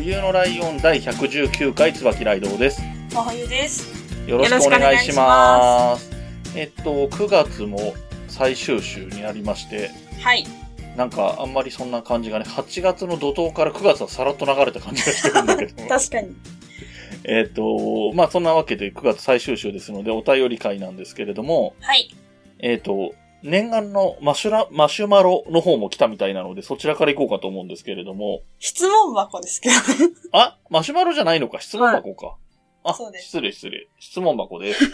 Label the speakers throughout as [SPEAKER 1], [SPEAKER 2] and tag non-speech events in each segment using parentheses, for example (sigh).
[SPEAKER 1] 冬のライオン第119回椿ライドウです。
[SPEAKER 2] 真冬です
[SPEAKER 1] よろしくお願いします。えっと、9月も最終週になりまして、
[SPEAKER 2] はい。
[SPEAKER 1] なんかあんまりそんな感じがね、8月の怒涛から9月はさらっと流れた感じがしてるんだけど (laughs)
[SPEAKER 2] 確かに
[SPEAKER 1] えっと、まあそんなわけで9月最終週ですのでお便り会なんですけれども、
[SPEAKER 2] はい
[SPEAKER 1] えっと、念願のマシュラ、マシュマロの方も来たみたいなので、そちらから行こうかと思うんですけれども、
[SPEAKER 2] 質問箱ですけどね
[SPEAKER 1] あ、マシュマロじゃないのか質問箱か。あ
[SPEAKER 2] そうです
[SPEAKER 1] 失礼失礼。質問箱です。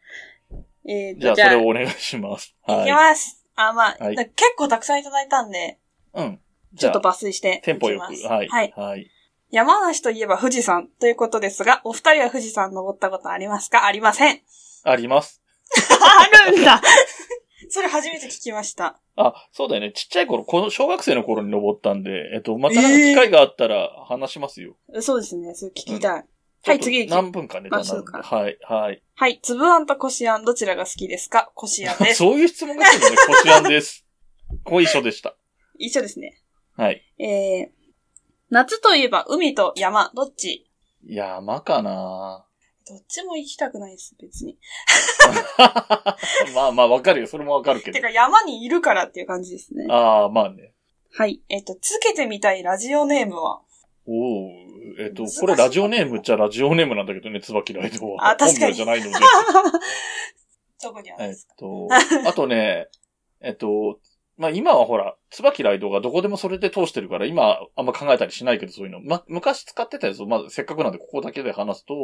[SPEAKER 2] (laughs) えー
[SPEAKER 1] じゃ
[SPEAKER 2] と (laughs)
[SPEAKER 1] あ、
[SPEAKER 2] じ
[SPEAKER 1] そ
[SPEAKER 2] ゃあ
[SPEAKER 1] れをお願いします。
[SPEAKER 2] い
[SPEAKER 1] は
[SPEAKER 2] き
[SPEAKER 1] い。
[SPEAKER 2] ますあまあ、
[SPEAKER 1] はい
[SPEAKER 2] だ結構たくさんいただいたんで
[SPEAKER 1] うん。
[SPEAKER 2] ち
[SPEAKER 1] じ
[SPEAKER 2] ょ
[SPEAKER 1] ゃ
[SPEAKER 2] っと
[SPEAKER 1] あ、
[SPEAKER 2] 抜粋していき
[SPEAKER 1] テ
[SPEAKER 2] ます
[SPEAKER 1] ンポよく。はい。
[SPEAKER 2] はい、
[SPEAKER 1] はい。
[SPEAKER 2] 山梨といえば富士山ということですがお二人は富士山登ったことありますかありません
[SPEAKER 1] あります。
[SPEAKER 2] あるんだ (laughs) それ初めて聞きました
[SPEAKER 1] あ、そうだよね。ちっちゃい頃、この小学生の頃に登ったんで、えっと、またなんか機会があったら話しますよ。
[SPEAKER 2] そうですねそれ聞きたい、
[SPEAKER 1] ちょっと
[SPEAKER 2] 次行き
[SPEAKER 1] 何分かネタになるんで。
[SPEAKER 2] まあ
[SPEAKER 1] はい、はい。
[SPEAKER 2] はい。つぶあんとこしあん、どちらが好きですかこしあんです。
[SPEAKER 1] (laughs) そういう質問が来る
[SPEAKER 2] (laughs)
[SPEAKER 1] のね。こちらです。ご一緒でした。
[SPEAKER 2] 一緒ですね。
[SPEAKER 1] はい。
[SPEAKER 2] えー、夏といえば海と山、どっち
[SPEAKER 1] 山かな
[SPEAKER 2] どっちも行きたくないです、別に。
[SPEAKER 1] (laughs) まあまあ、わかるよ。それもわかるけ
[SPEAKER 2] て
[SPEAKER 1] ど
[SPEAKER 2] か、。山にいるからっていう感じですね。
[SPEAKER 1] ああ、まあね。
[SPEAKER 2] はい。えっ、と、つけてみたいラジオネーム (laughs) は
[SPEAKER 1] おおえっ、と
[SPEAKER 2] 難し、い
[SPEAKER 1] これラジオネームっちゃラジオネームなんだけどね、椿ライドは。
[SPEAKER 2] あ確かに
[SPEAKER 1] 本名じゃないので。
[SPEAKER 2] (laughs) どこにあるん
[SPEAKER 1] え
[SPEAKER 2] で
[SPEAKER 1] っ
[SPEAKER 2] すか、
[SPEAKER 1] と、あとね、えっと、まあ今はほら、椿ライドがどこでもそれで通してるから、今あんま考えたりしないけどそういうの。ま、昔使ってたやつを、まずせっかくなんでここだけで話すと、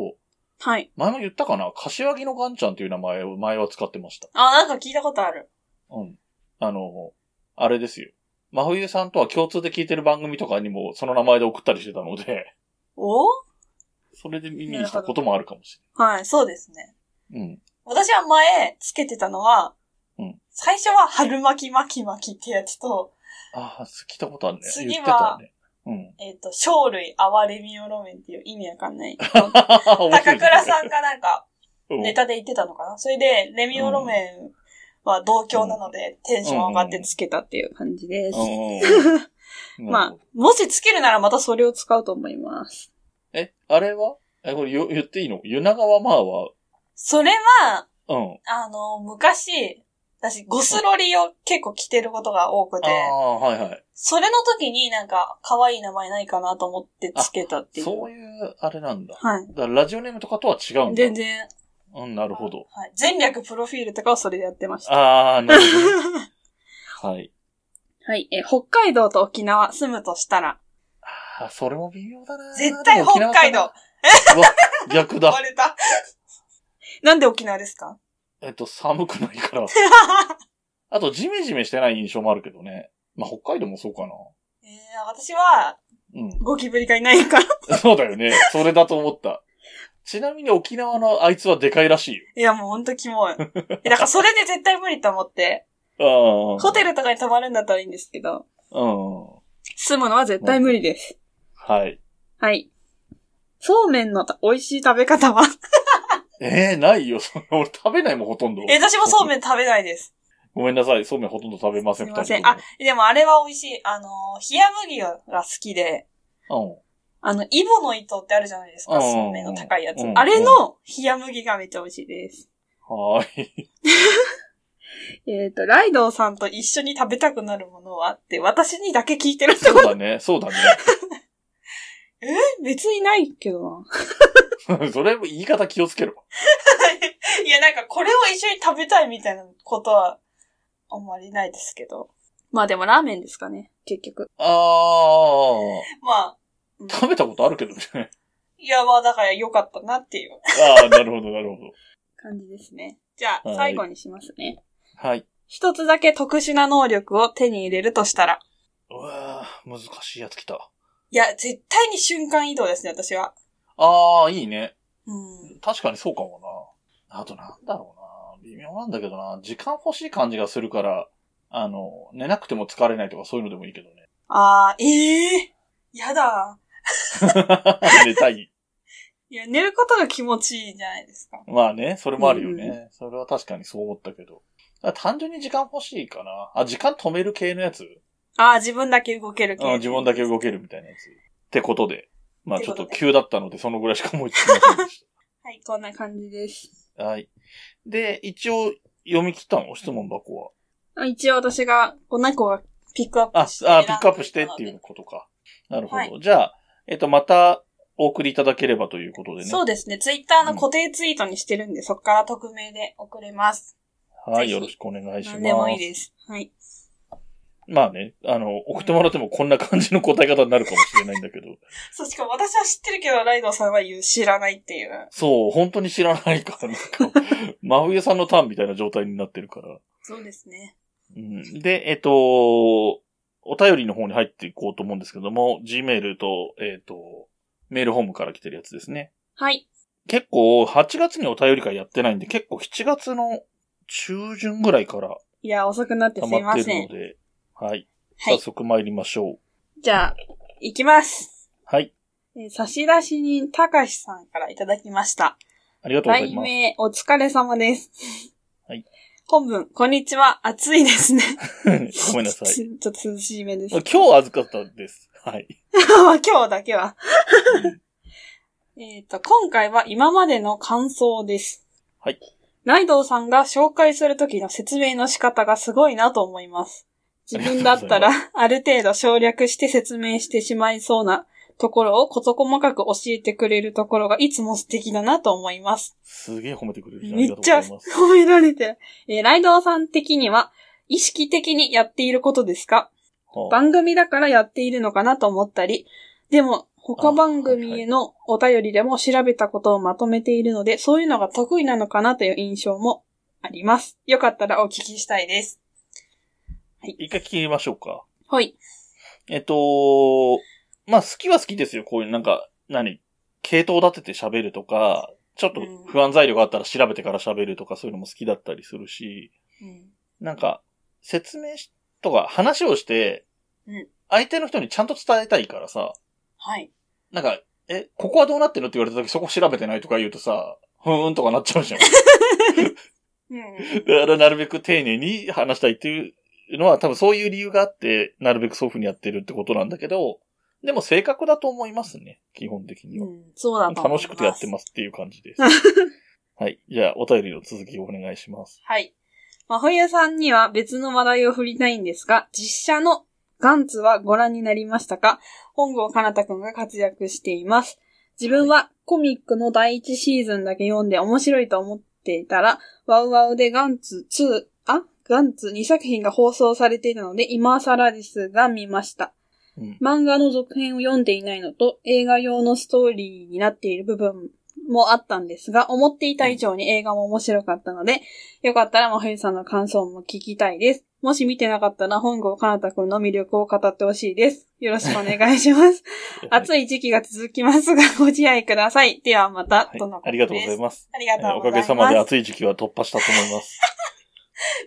[SPEAKER 2] はい。
[SPEAKER 1] 前も言ったかな柏木のガンちゃんという名前を前は使ってました。
[SPEAKER 2] あ、なんか聞いたことある。
[SPEAKER 1] うん。あの、あれですよ。真冬さんとは共通で聞いてる番組とかにもその名前で送ったりしてたので、
[SPEAKER 2] お
[SPEAKER 1] それで耳にしたこともあるかもし
[SPEAKER 2] はい、そうですね。
[SPEAKER 1] れない。うん。
[SPEAKER 2] 私は前、つけてたのは、
[SPEAKER 1] うん
[SPEAKER 2] 最初は春巻き巻き巻きってやつと、
[SPEAKER 1] ああ、聞いたことあるね。
[SPEAKER 2] 次は
[SPEAKER 1] 言ってたね。うん。
[SPEAKER 2] えっ、と、生類哀れみよろめんっていう意味わかん (laughs) ない。
[SPEAKER 1] 高
[SPEAKER 2] 高倉さんがなんか、
[SPEAKER 1] ん
[SPEAKER 2] ネタで言ってたのかなそれで、レミオロメンは同郷なので、テンション上がってつけたっていう感じです。
[SPEAKER 1] うん。なる
[SPEAKER 2] ま
[SPEAKER 1] ほ
[SPEAKER 2] あ
[SPEAKER 1] ど、
[SPEAKER 2] もしつけるならまたそれを使うと思います。
[SPEAKER 1] え、あれはえ、これ言言っていいの湯永はまあは、
[SPEAKER 2] それは、
[SPEAKER 1] うん。
[SPEAKER 2] あの、昔、私、ゴスロリを結構着てることが多く
[SPEAKER 1] あ
[SPEAKER 2] て、
[SPEAKER 1] あ、はいはい。
[SPEAKER 2] それの時になんか、可愛い名前ないかなと思ってつけたっていう。
[SPEAKER 1] そういう、あれなんだ。
[SPEAKER 2] はい。
[SPEAKER 1] だからラジオネームとかとは違うんだ。
[SPEAKER 2] 全然、
[SPEAKER 1] うん、なるほど。
[SPEAKER 2] はい。全略プロフィールとかをそれでやってました。
[SPEAKER 1] ああ、なるほ
[SPEAKER 2] (laughs)
[SPEAKER 1] ど。はい。
[SPEAKER 2] はい。え、北海道と沖縄住むとしたら、
[SPEAKER 1] あーそれも微妙だな。
[SPEAKER 2] 絶対
[SPEAKER 1] でも沖
[SPEAKER 2] 北
[SPEAKER 1] 縄
[SPEAKER 2] 海道。
[SPEAKER 1] か
[SPEAKER 2] (laughs)
[SPEAKER 1] な。うわ、逆だ。
[SPEAKER 2] 割れた。 (laughs) なんで沖縄ですか
[SPEAKER 1] えっと、寒くないから。あと、ジメジメしてない印象もあるけどね。まあ、北海道もそうか
[SPEAKER 2] (laughs) えー、私は、
[SPEAKER 1] な。うん。
[SPEAKER 2] ゴキブリがいないから。 (laughs)
[SPEAKER 1] (laughs) そうだよね。それだと思った。ちなみに沖縄のあいつはでかいらしい
[SPEAKER 2] いや、もうほんとキモい。えだからそれで絶対無理と思って。
[SPEAKER 1] よ。ああ。
[SPEAKER 2] ホテルとかに泊まるんだったらいいんですけど、
[SPEAKER 1] うん。
[SPEAKER 2] 住むのは絶対無理です。
[SPEAKER 1] はい。
[SPEAKER 2] はい。そうめんの美味しい食べ方は
[SPEAKER 1] ええー、ないよ。 (laughs) そんな俺食べないもん、ほとんど。
[SPEAKER 2] え、私もそうめん食べないです。
[SPEAKER 1] ごめんなさい。そうめんほとんど食べませ
[SPEAKER 2] す
[SPEAKER 1] ん、
[SPEAKER 2] みませ
[SPEAKER 1] 二
[SPEAKER 2] ん。
[SPEAKER 1] 人
[SPEAKER 2] あ、でもあれは美味しい。あのー、冷麦が好きで、
[SPEAKER 1] とも
[SPEAKER 2] あの、イボの糸ってあるじゃないです
[SPEAKER 1] う
[SPEAKER 2] か。
[SPEAKER 1] ん
[SPEAKER 2] そうめんの高いやつ
[SPEAKER 1] う。ん
[SPEAKER 2] あれの冷麦がめっちゃ美味しいです。
[SPEAKER 1] うん。はーい。
[SPEAKER 2] えっ、と、ライドウさんと一緒に食べたくなるものはって、私にだけ聞いてるって
[SPEAKER 1] そ
[SPEAKER 2] こ
[SPEAKER 1] う
[SPEAKER 2] と (laughs)
[SPEAKER 1] だね。 (laughs) そうだ
[SPEAKER 2] 別にないけどな。
[SPEAKER 1] ね。それ、言い方気をつけろ。
[SPEAKER 2] (laughs) いや、なんかこれを一緒に食べたいみたいなことは、あんまりないですけど。まあでもラーメンですかね、結局。
[SPEAKER 1] あ
[SPEAKER 2] まあ、うん
[SPEAKER 1] あ。食べたことあるけどね。
[SPEAKER 2] いや、まあだから良かったなっていう
[SPEAKER 1] ああ、なるほど、なるほど。
[SPEAKER 2] 感じですね。じゃあ、
[SPEAKER 1] はい
[SPEAKER 2] 最後にしますね。
[SPEAKER 1] はい。
[SPEAKER 2] 一つだけ特殊な能力を手に入れるとしたら。
[SPEAKER 1] うわー難しいやつ来た。
[SPEAKER 2] いや、絶対に瞬間移動ですね、私は。
[SPEAKER 1] ああ、いいね。
[SPEAKER 2] うん。
[SPEAKER 1] 確かにそうかもな。あとなんだろうな。微妙なんだけどな。時間欲しい感じがするから、あの、寝なくても疲れないとかそういうのでもいいけどね。 (laughs)
[SPEAKER 2] あー、ええー、やだ。
[SPEAKER 1] 寝たい。
[SPEAKER 2] いや、寝ることが気持ちいいじゃないですか。
[SPEAKER 1] まあね、それもあるよね。
[SPEAKER 2] うん
[SPEAKER 1] それは確かにそう思ったけど。だから単純に時間欲しいかな。あ、時間止める系のやつ
[SPEAKER 2] あー、自分だけ動ける
[SPEAKER 1] うん、自分だけ動
[SPEAKER 2] け
[SPEAKER 1] けるみたいなやつ。ってことで。まあ
[SPEAKER 2] って
[SPEAKER 1] ちょ
[SPEAKER 2] こと
[SPEAKER 1] っと
[SPEAKER 2] で
[SPEAKER 1] 急だったので、そのぐらいしか思いつきませんでし
[SPEAKER 2] はい、こんな感じです。
[SPEAKER 1] た。はい。で、一応読み切ったの質問箱は。
[SPEAKER 2] あ一応私が、この子がピックアッ
[SPEAKER 1] あ、あ
[SPEAKER 2] プして。
[SPEAKER 1] ピックアップしてっていうことか。なるほど。
[SPEAKER 2] はい
[SPEAKER 1] じゃあ、えっと、またお送りいただければということでね。
[SPEAKER 2] そうですね。ツイッターの固定ツイートにしてるんで、そこから匿名で送れます。
[SPEAKER 1] は
[SPEAKER 2] ぜ
[SPEAKER 1] い、
[SPEAKER 2] ひ
[SPEAKER 1] よろしくお願いします。
[SPEAKER 2] 何でもいいです。はい。
[SPEAKER 1] まあね、あの、送ってもらってもこんな感じの答え方になるかもしれないんだけど。
[SPEAKER 2] そう、しかも私は知ってるけど、ライドさんは言う、知らないっていう。
[SPEAKER 1] そう、本当に知らないから、なん
[SPEAKER 2] (laughs)
[SPEAKER 1] か、真冬さんのターンみたいな状態になってるから。
[SPEAKER 2] そうですね。
[SPEAKER 1] うんで、えっと、お便りの方に入っていこうと思うんですけども、Gmail と、えっと、メールホームから来てるやつですね。
[SPEAKER 2] はい。
[SPEAKER 1] 結構、8月にお便り会やってないんで、結構7月の中旬ぐらいから
[SPEAKER 2] いや、遅くなって
[SPEAKER 1] 溜
[SPEAKER 2] すい
[SPEAKER 1] ま
[SPEAKER 2] ま
[SPEAKER 1] って
[SPEAKER 2] せ
[SPEAKER 1] るの
[SPEAKER 2] ん。
[SPEAKER 1] で、はい。
[SPEAKER 2] はい
[SPEAKER 1] 早速参りましょう。
[SPEAKER 2] じゃあ、いきます。
[SPEAKER 1] はい。
[SPEAKER 2] えー差出人、たかしさんからいただきました。
[SPEAKER 1] ありがとうござい
[SPEAKER 2] 題
[SPEAKER 1] ます。
[SPEAKER 2] 名、お疲れ様です。
[SPEAKER 1] はい。
[SPEAKER 2] 本文、こんにちは。暑いですね。
[SPEAKER 1] (laughs) ごめんなさい。
[SPEAKER 2] (laughs) ちょちょっと涼しい目です。
[SPEAKER 1] 今日預かったです。はい。
[SPEAKER 2] (laughs) まあ今日だけは。 (laughs) えっと、今回は今までの感想です。
[SPEAKER 1] はい。
[SPEAKER 2] ライドウさんが紹介するときの説明の仕方がすごいなと思います。自分だったら
[SPEAKER 1] あ、
[SPEAKER 2] ある程度省略して説明してしまいそうなところをこと細かく教えてくれるところがいつも素敵だなと思います。
[SPEAKER 1] すげえ褒めてくれる人あ
[SPEAKER 2] め
[SPEAKER 1] り
[SPEAKER 2] っ
[SPEAKER 1] がとうご
[SPEAKER 2] ちゃ
[SPEAKER 1] ざいます。
[SPEAKER 2] 褒められてる。えーライドウさん的には、意識的にやっていることですか
[SPEAKER 1] はあ
[SPEAKER 2] 番組だからやっているのかなと思ったり、でも、他番組へのお便りでも調べたことをまとめているので、そういうのが得意なのかなという印象もあります。よかったらお聞きしたいです。
[SPEAKER 1] 一回切りましょうか。
[SPEAKER 2] はい。
[SPEAKER 1] えっと、まあ、好きは好きですよ。こういう、なんか、何系統立てて喋るとか、ちょっと不安材料があったら調べてから喋るとか、そういうのも好きだったりするし、
[SPEAKER 2] うん。
[SPEAKER 1] なんか、説明し、とか、話をして
[SPEAKER 2] うん、
[SPEAKER 1] 相手の人にちゃんと伝えたいからさ、
[SPEAKER 2] はい。
[SPEAKER 1] なんか、え、ここはどうなってるのって言われた時そこ調べてないとか言うとさ、ふーんとかなっちゃ
[SPEAKER 2] (laughs)
[SPEAKER 1] うじゃん。
[SPEAKER 2] うん。
[SPEAKER 1] だからなるべく丁寧に話したいっていうのは多分そういう理由があって、なるべくそういうふうにやってるってことなんだけど、でも正確だと思いますね。基本的に
[SPEAKER 2] う
[SPEAKER 1] は。
[SPEAKER 2] ん、そうだと思いま
[SPEAKER 1] 楽
[SPEAKER 2] す。
[SPEAKER 1] しくてやってますっていう感じです。 (laughs) はい。じゃあ、お便りの続きをお願いします。
[SPEAKER 2] (laughs) はい。真冬さんには別の話題を振りたいんですが、実写のガンツはご覧になりましたか本郷奏太くんが活躍しています。自分はコミックの第一シーズンだけ読んで面白いと思っていたら、ワウワウでガンツ2、あガンツ2作品が放送されていたので、今更ですが見ました。
[SPEAKER 1] うん。
[SPEAKER 2] 漫画の続編を読んでいないのと、映画用のストーリーになっている部分もあったんですが、思っていた以上に映画も面白かったので、よかったら真冬さんの感想も聞きたいです。もし見てなかったら本郷かなたくんの魅力を語ってほしいです。よろしくお願いします。
[SPEAKER 1] い。
[SPEAKER 2] 暑い時期が続きますが、 (laughs) ご自愛ください。ではまた、
[SPEAKER 1] はい
[SPEAKER 2] とのことです。
[SPEAKER 1] ありがとうございます。
[SPEAKER 2] ありが
[SPEAKER 1] えー
[SPEAKER 2] とう
[SPEAKER 1] お
[SPEAKER 2] ござ
[SPEAKER 1] か
[SPEAKER 2] いま
[SPEAKER 1] げ
[SPEAKER 2] す。
[SPEAKER 1] さまで暑い時期は突破したと思います。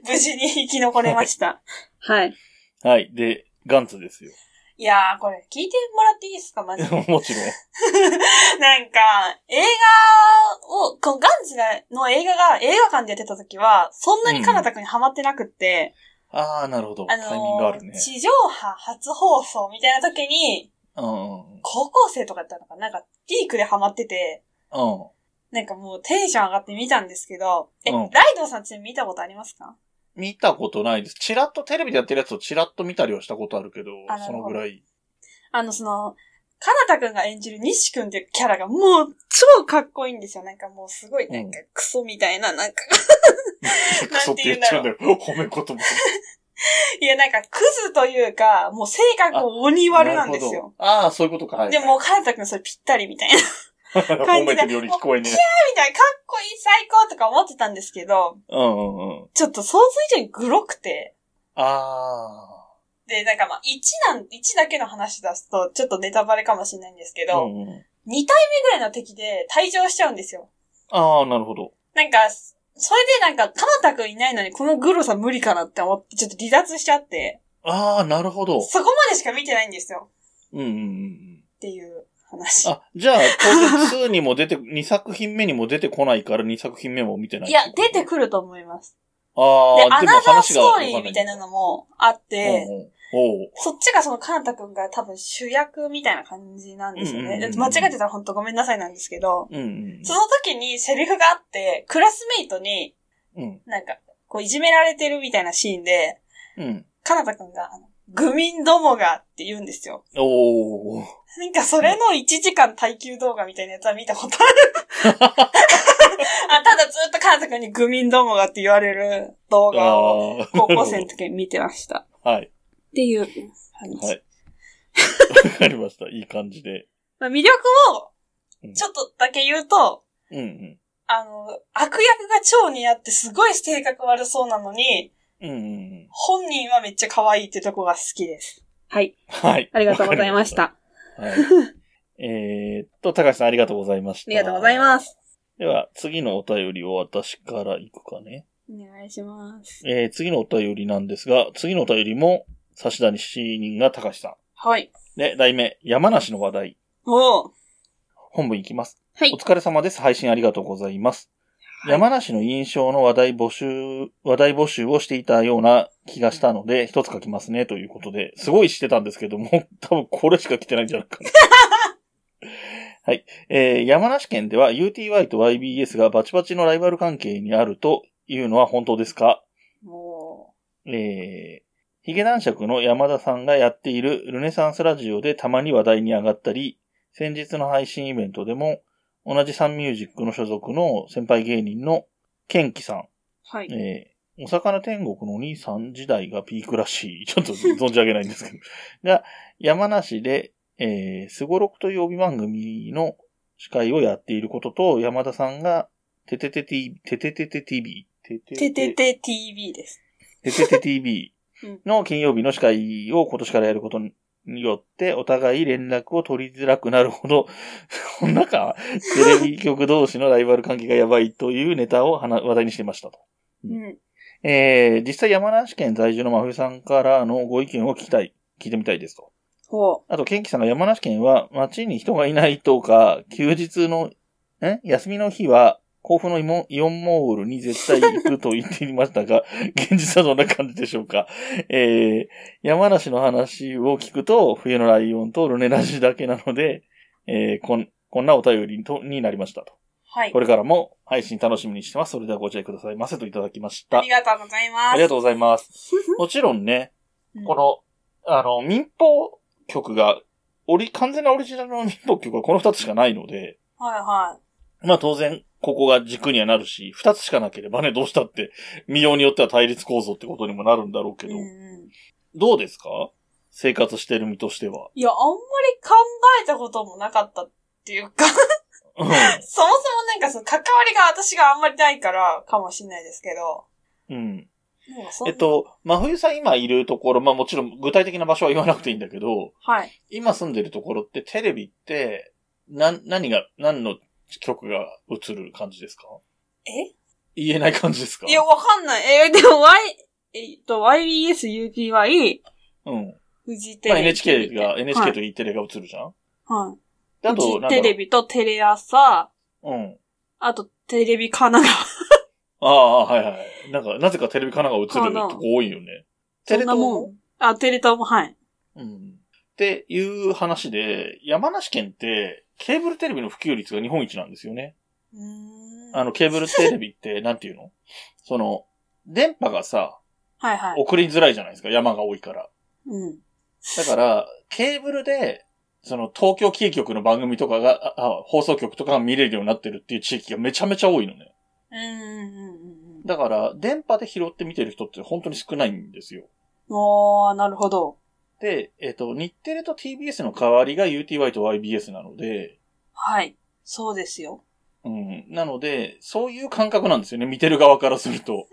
[SPEAKER 2] 無事に生き残れました。はい。
[SPEAKER 1] はい。で、ガンツですよ。 (laughs)
[SPEAKER 2] いやー、これ聞いてもらっていいですかマジで。
[SPEAKER 1] もちろん。
[SPEAKER 2] なんか、映画を、このガンジの映画が映画館でやってた時は、そんなにカナタ君にハマってなくって、
[SPEAKER 1] あー、なるほど。
[SPEAKER 2] あ
[SPEAKER 1] タイミングがあ
[SPEAKER 2] のー
[SPEAKER 1] るね。
[SPEAKER 2] 地上波初放送みたいな時に、
[SPEAKER 1] うんうん
[SPEAKER 2] 高校生とかだったのかななんか、ピークでハマってて、
[SPEAKER 1] うん。うん。
[SPEAKER 2] なんかもうテンション上がって見たんですけど、え、
[SPEAKER 1] うん
[SPEAKER 2] ライドさんちなみに見たことありますか
[SPEAKER 1] 見たことないです。チラッとテレビでやってるやつをチラッと見たりはしたことあるけど
[SPEAKER 2] あ、な
[SPEAKER 1] そ
[SPEAKER 2] る
[SPEAKER 1] の
[SPEAKER 2] ほど
[SPEAKER 1] ぐらい。
[SPEAKER 2] あの、その、カナタ君が演じる西君っていうキャラがもう超かっこいいんですよ。なんかもうすごい、なんかクソみたいな、なんか、 (laughs)
[SPEAKER 1] (laughs) クソって言っちゃうんだよ。褒め言葉。
[SPEAKER 2] いやなんかクズというか、もう性格を鬼悪なんです
[SPEAKER 1] なる
[SPEAKER 2] よ
[SPEAKER 1] ほ。ど。ああ、そういうことか。はい
[SPEAKER 2] でも、、カナタ君それぴったりみたいな。 (laughs)
[SPEAKER 1] 褒めてるより聞こえね
[SPEAKER 2] みたいな、かっこいい、最高とか思ってたんですけど、
[SPEAKER 1] え。うんうんうん。
[SPEAKER 2] ちょっと想像以上にグロくて、
[SPEAKER 1] あ
[SPEAKER 2] で、なんかまあ、1なん、1だけの話出すと、ちょっとネタバレかもしれないんですけ
[SPEAKER 1] あ。
[SPEAKER 2] ど、
[SPEAKER 1] うん
[SPEAKER 2] 2
[SPEAKER 1] うん、
[SPEAKER 2] 体目ぐらいの敵で退場しちゃうんですよ。
[SPEAKER 1] ああ、なるほど。
[SPEAKER 2] なんか、それでなんか、かなたくんいないのに、このグロさ無理かなって思って、ちょっと離脱しちゃって、
[SPEAKER 1] ああ、なるほど。
[SPEAKER 2] そこまでしか見てないんですよ。
[SPEAKER 1] うんうんうんうん。
[SPEAKER 2] っていう話。
[SPEAKER 1] あ、じゃあ、当然2にも出て、2作品目にも出てこないから2作品目も見てない。
[SPEAKER 2] いや、出てくると思います。
[SPEAKER 1] あ
[SPEAKER 2] で、
[SPEAKER 1] あ、
[SPEAKER 2] ア
[SPEAKER 1] でも
[SPEAKER 2] ナザース
[SPEAKER 1] 話
[SPEAKER 2] ト
[SPEAKER 1] がわか
[SPEAKER 2] ー
[SPEAKER 1] ん
[SPEAKER 2] リ
[SPEAKER 1] ない
[SPEAKER 2] ーみたいなのもあって、
[SPEAKER 1] うんうんおう
[SPEAKER 2] そっちがそのかなたくんが多分主役みたいな感じなんですよ
[SPEAKER 1] うんうんうん
[SPEAKER 2] ね
[SPEAKER 1] う。ん
[SPEAKER 2] 間違ってたら本当ごめんなさいなんですけど、
[SPEAKER 1] うんうん
[SPEAKER 2] その時にセリフがあって、クラスメイトに
[SPEAKER 1] うん。
[SPEAKER 2] なんか、こういじめられてるみたいなシーンで、
[SPEAKER 1] うん。
[SPEAKER 2] かなたくんが、あの愚民どもがって言うんですよ。
[SPEAKER 1] おー。
[SPEAKER 2] なんかそれの1時間耐久動画みたいなやつは見たことある。
[SPEAKER 1] (laughs)
[SPEAKER 2] あただずっとかなたくんに愚民どもがって言われる動画を
[SPEAKER 1] あ
[SPEAKER 2] 高校生の時に見てました。
[SPEAKER 1] あ。はい。
[SPEAKER 2] っていう話。
[SPEAKER 1] はい。わかりました。いい感じで。
[SPEAKER 2] まあ、魅力を、ちょっとだけ言うと、
[SPEAKER 1] うんうん。
[SPEAKER 2] あの、悪役が超似合ってすごい性格悪そうなのに、
[SPEAKER 1] うんうんうん。
[SPEAKER 2] 本人はめっちゃ可愛いってとこが好きです。はい。
[SPEAKER 1] はい。
[SPEAKER 2] ありがとうございました。あ
[SPEAKER 1] わかりました。はい。えーっと、高橋さんありがとうございました。。
[SPEAKER 2] りがとうございますす。
[SPEAKER 1] では、次のお便りを私から行くかね。
[SPEAKER 2] お願いします。
[SPEAKER 1] えー、次のお便りなんですが、次のお便りも、差し出し人が高橋さん。
[SPEAKER 2] はい。
[SPEAKER 1] で、題名、山梨の話題。
[SPEAKER 2] おう
[SPEAKER 1] 本文いきます。
[SPEAKER 2] はい
[SPEAKER 1] お。疲れ様です。配信ありがとうございます。
[SPEAKER 2] はい
[SPEAKER 1] 山梨の印象の話題募集、話題募集をしていたような気がしたので、一つ書きますね、ということで、すごいしてたんですけども、 (laughs) 多分これしか来てないんじゃないかな。 (laughs) はい。えー、山梨県では UTY と YBS がバチバチのライバル関係にあるというのは本当ですか
[SPEAKER 2] お
[SPEAKER 1] えー、ヒゲ男爵の山田さんがやっているルネサンスラジオでたまに話題に上がったり、先日の配信イベントでも、同じサンミュージックの所属の先輩芸人のケンキさん、
[SPEAKER 2] うはい。
[SPEAKER 1] えー、お魚天国のお兄さん時代がピークらしい。ちょっと存じ上げないんですけど。が、山梨で、えー、すごろくという帯番組の司会をやっていることと、山田さんが、てててて TV、てててて TV、て
[SPEAKER 2] ててて TV です。
[SPEAKER 1] ててて TV の金曜日の司会を今年からやることによって、お互い連絡を取りづらくなるほど、こんなか、テレビ局同士のライバル関係がやばいというネタを話話題にしてましたと。
[SPEAKER 2] うん。
[SPEAKER 1] えー、実際山梨県在住の真冬さんからのご意見を聞きたい、聞いてみたいですと。
[SPEAKER 2] ほ
[SPEAKER 1] あと、ケンキさんが山梨県は街に人がいないとか、休日の、ん休みの日は、甲府のイモイオンモールに絶対行くと言っていましたが、 (laughs) 現実はどんな感じでしょうか。えー、山梨の話を聞くと、冬のライオンとルネラジだけなので、えーこん、こんなお便りとになりましたと。
[SPEAKER 2] う。はい
[SPEAKER 1] こ。れからも配信楽しみにしてます。それではご自愛くださいませといただきまし
[SPEAKER 2] あ
[SPEAKER 1] た
[SPEAKER 2] り。がとうございます。
[SPEAKER 1] ありがとうございます。もちろんね、
[SPEAKER 2] うん
[SPEAKER 1] この、あの、民放局が、オリ、完全なオリジナルの民放局はこの二つしかないので、
[SPEAKER 2] はいは
[SPEAKER 1] まあ当然、ここが軸にはなるし、二つしかなければね、どうしたって、見ようによっては対立構造ってことにもなるんだろうけ
[SPEAKER 2] い。
[SPEAKER 1] ど、
[SPEAKER 2] うんうん
[SPEAKER 1] どうですか生活してる身として
[SPEAKER 2] (laughs)
[SPEAKER 1] は。
[SPEAKER 2] いや、あんまり考えたこともなかったっていうか、
[SPEAKER 1] う
[SPEAKER 2] そもそ
[SPEAKER 1] ん
[SPEAKER 2] もなんかその関わりが私があんまりないからかもしれないですけど。
[SPEAKER 1] うん。
[SPEAKER 2] なんかそん
[SPEAKER 1] え
[SPEAKER 2] な
[SPEAKER 1] っ。と、真冬さん今いるところ、まあもちろん具体的な場所は言わなくていいんだけど、
[SPEAKER 2] はい。
[SPEAKER 1] 今住んでるところってテレビって、な、何が、何の曲が映る感じですか
[SPEAKER 2] え
[SPEAKER 1] 言えない感じですか
[SPEAKER 2] いや、わかんない。えーでも Y、えっと、YBS、UTY、
[SPEAKER 1] うん。
[SPEAKER 2] フジテレ
[SPEAKER 1] まあ
[SPEAKER 2] ビ。
[SPEAKER 1] NHK が、NHK
[SPEAKER 2] と。
[SPEAKER 1] と E テレが映るじゃん、
[SPEAKER 2] はい。
[SPEAKER 1] であ
[SPEAKER 2] フジ
[SPEAKER 1] と、なんだ
[SPEAKER 2] テ
[SPEAKER 1] ろ
[SPEAKER 2] レ
[SPEAKER 1] う。
[SPEAKER 2] ビとテレ朝、
[SPEAKER 1] うん。
[SPEAKER 2] あとテレビ神奈
[SPEAKER 1] ああ、はいはい。なんか、なぜかテレビ神奈川映るとこ多いよね。テ
[SPEAKER 2] 川。そ
[SPEAKER 1] レ
[SPEAKER 2] んな
[SPEAKER 1] 東
[SPEAKER 2] も
[SPEAKER 1] も。
[SPEAKER 2] ん。あ、テレ東も、はい。
[SPEAKER 1] うん。っていう話で、山梨県って、ケーブルテレビの普及率が日本一なんですよね。
[SPEAKER 2] うーん
[SPEAKER 1] あの、ケーブルテレ
[SPEAKER 2] (laughs)
[SPEAKER 1] ビって、なんていうのその、電波がさ、
[SPEAKER 2] はいはい。
[SPEAKER 1] 送りづらいじゃないですか。山が多いから。
[SPEAKER 2] うん。
[SPEAKER 1] だから、ケーブルで、その、東京キー局の番組とかが、ああ放送局とかが見れるようになってるっていう地域がめちゃめちゃ多いのね。
[SPEAKER 2] うんうんうんうん。
[SPEAKER 1] だから、電波で拾って見てる人って本当に少ないんですよ。
[SPEAKER 2] おー、なるほど。
[SPEAKER 1] で、えっ、と、日テレと TBS の代わりが UTY と YBS なので、
[SPEAKER 2] はい。そうですよ。
[SPEAKER 1] うん。なので、そういう感覚なんですよね。見てる側からする (laughs) と。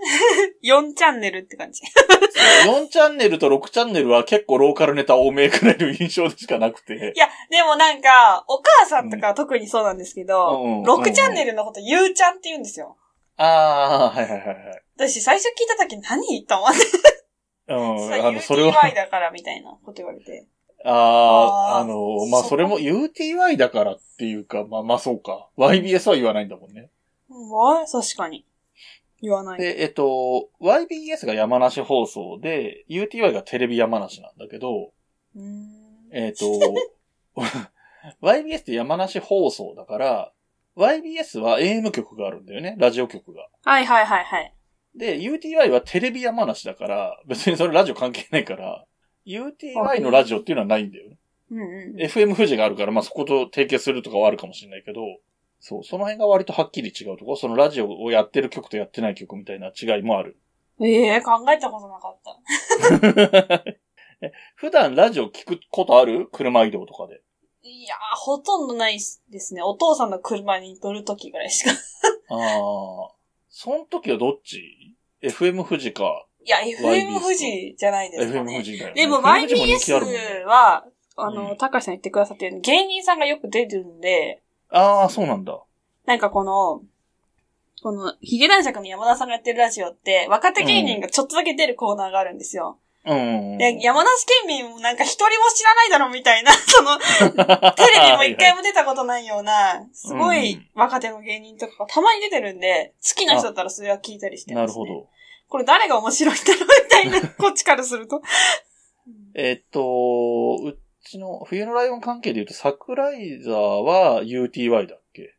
[SPEAKER 2] 4チャンネルって感じ。 (laughs)
[SPEAKER 1] 4チャンネルと6チャンネルは結構ローカルネタ多めくらいの印象でしかなくて
[SPEAKER 2] い。や、でもなんか、お母さんとかは特にそうなんですけど、
[SPEAKER 1] うんうん
[SPEAKER 2] 6チャンネルのこと、ゆうちゃんって言うんですよ。
[SPEAKER 1] ああ、はいはいはいはい。
[SPEAKER 2] 私、最初聞いた時何と思って、
[SPEAKER 1] うん。あの、それは、
[SPEAKER 2] UTY だからみたいなこと言われて。
[SPEAKER 1] ああ、
[SPEAKER 2] あー
[SPEAKER 1] あの、ま
[SPEAKER 2] そ
[SPEAKER 1] あ、
[SPEAKER 2] っか
[SPEAKER 1] それも UTY だからっていうか、まあ、まあ、そうか。YBS は言わないんだもんね。
[SPEAKER 2] うん、わ確かに。言わない。
[SPEAKER 1] で、えっと、YBS が山梨放送で、UTY がテレビ山梨なんだけど、
[SPEAKER 2] うーん
[SPEAKER 1] えっと、YBS って山梨放送だから、YBS は AM 局があるんだよね、ラジオ局が。
[SPEAKER 2] はいはいはいはい。
[SPEAKER 1] で、UTY はテレビ山梨だから、別にそれラジオ関係ないから、UTY のラジオっていうのはないんだよね。
[SPEAKER 2] うんうん。
[SPEAKER 1] FM 富士があるから、まあ、そこと提携するとかはあるかもしれないけど、そう、その辺が割とはっきり違うとこ、そのラジオをやってる曲とやってない曲みたいな違いもある。
[SPEAKER 2] ええ考えたことなかった。
[SPEAKER 1] え普段ラジオ聞くことある車移動とかで。
[SPEAKER 2] いやー、ほとんどないですね。お父さんの車に乗るときぐらいしか。 (laughs)
[SPEAKER 1] ああ。その時はどっち ?FM 富士か。
[SPEAKER 2] いや、
[SPEAKER 1] YBS
[SPEAKER 2] FM 富士じゃないですか
[SPEAKER 1] FM 富
[SPEAKER 2] ね。
[SPEAKER 1] 士だよね。
[SPEAKER 2] でも
[SPEAKER 1] FM 富士人気あるもん
[SPEAKER 2] YBS は、あ
[SPEAKER 1] う
[SPEAKER 2] の、
[SPEAKER 1] ん
[SPEAKER 2] 高橋さん言ってくださったように、芸人さんがよく出てるんで、
[SPEAKER 1] ああ、そうなんだ。
[SPEAKER 2] なんかこの、この、ヒゲ男爵の山田さんがやってるラジオって、若手芸人がちょっとだけ出るコーナーがあるんですよ。
[SPEAKER 1] うんうんうん。
[SPEAKER 2] で山梨県民もなんか一人も知らないだろみたいな、 (laughs) その、テレビも一回も出たことないような、すご
[SPEAKER 1] う
[SPEAKER 2] い
[SPEAKER 1] ん
[SPEAKER 2] 若手の芸人とかがたまに出てるんで、好きな人だったらそれは聞いたりして
[SPEAKER 1] な
[SPEAKER 2] ま
[SPEAKER 1] る
[SPEAKER 2] す、
[SPEAKER 1] ほ。ど。
[SPEAKER 2] これ誰が面白いんだろうみたい
[SPEAKER 1] (laughs)
[SPEAKER 2] な、こっちからすると。
[SPEAKER 1] えっと、うちの冬のライオン関係で言うと、桜井座は UTY だっけ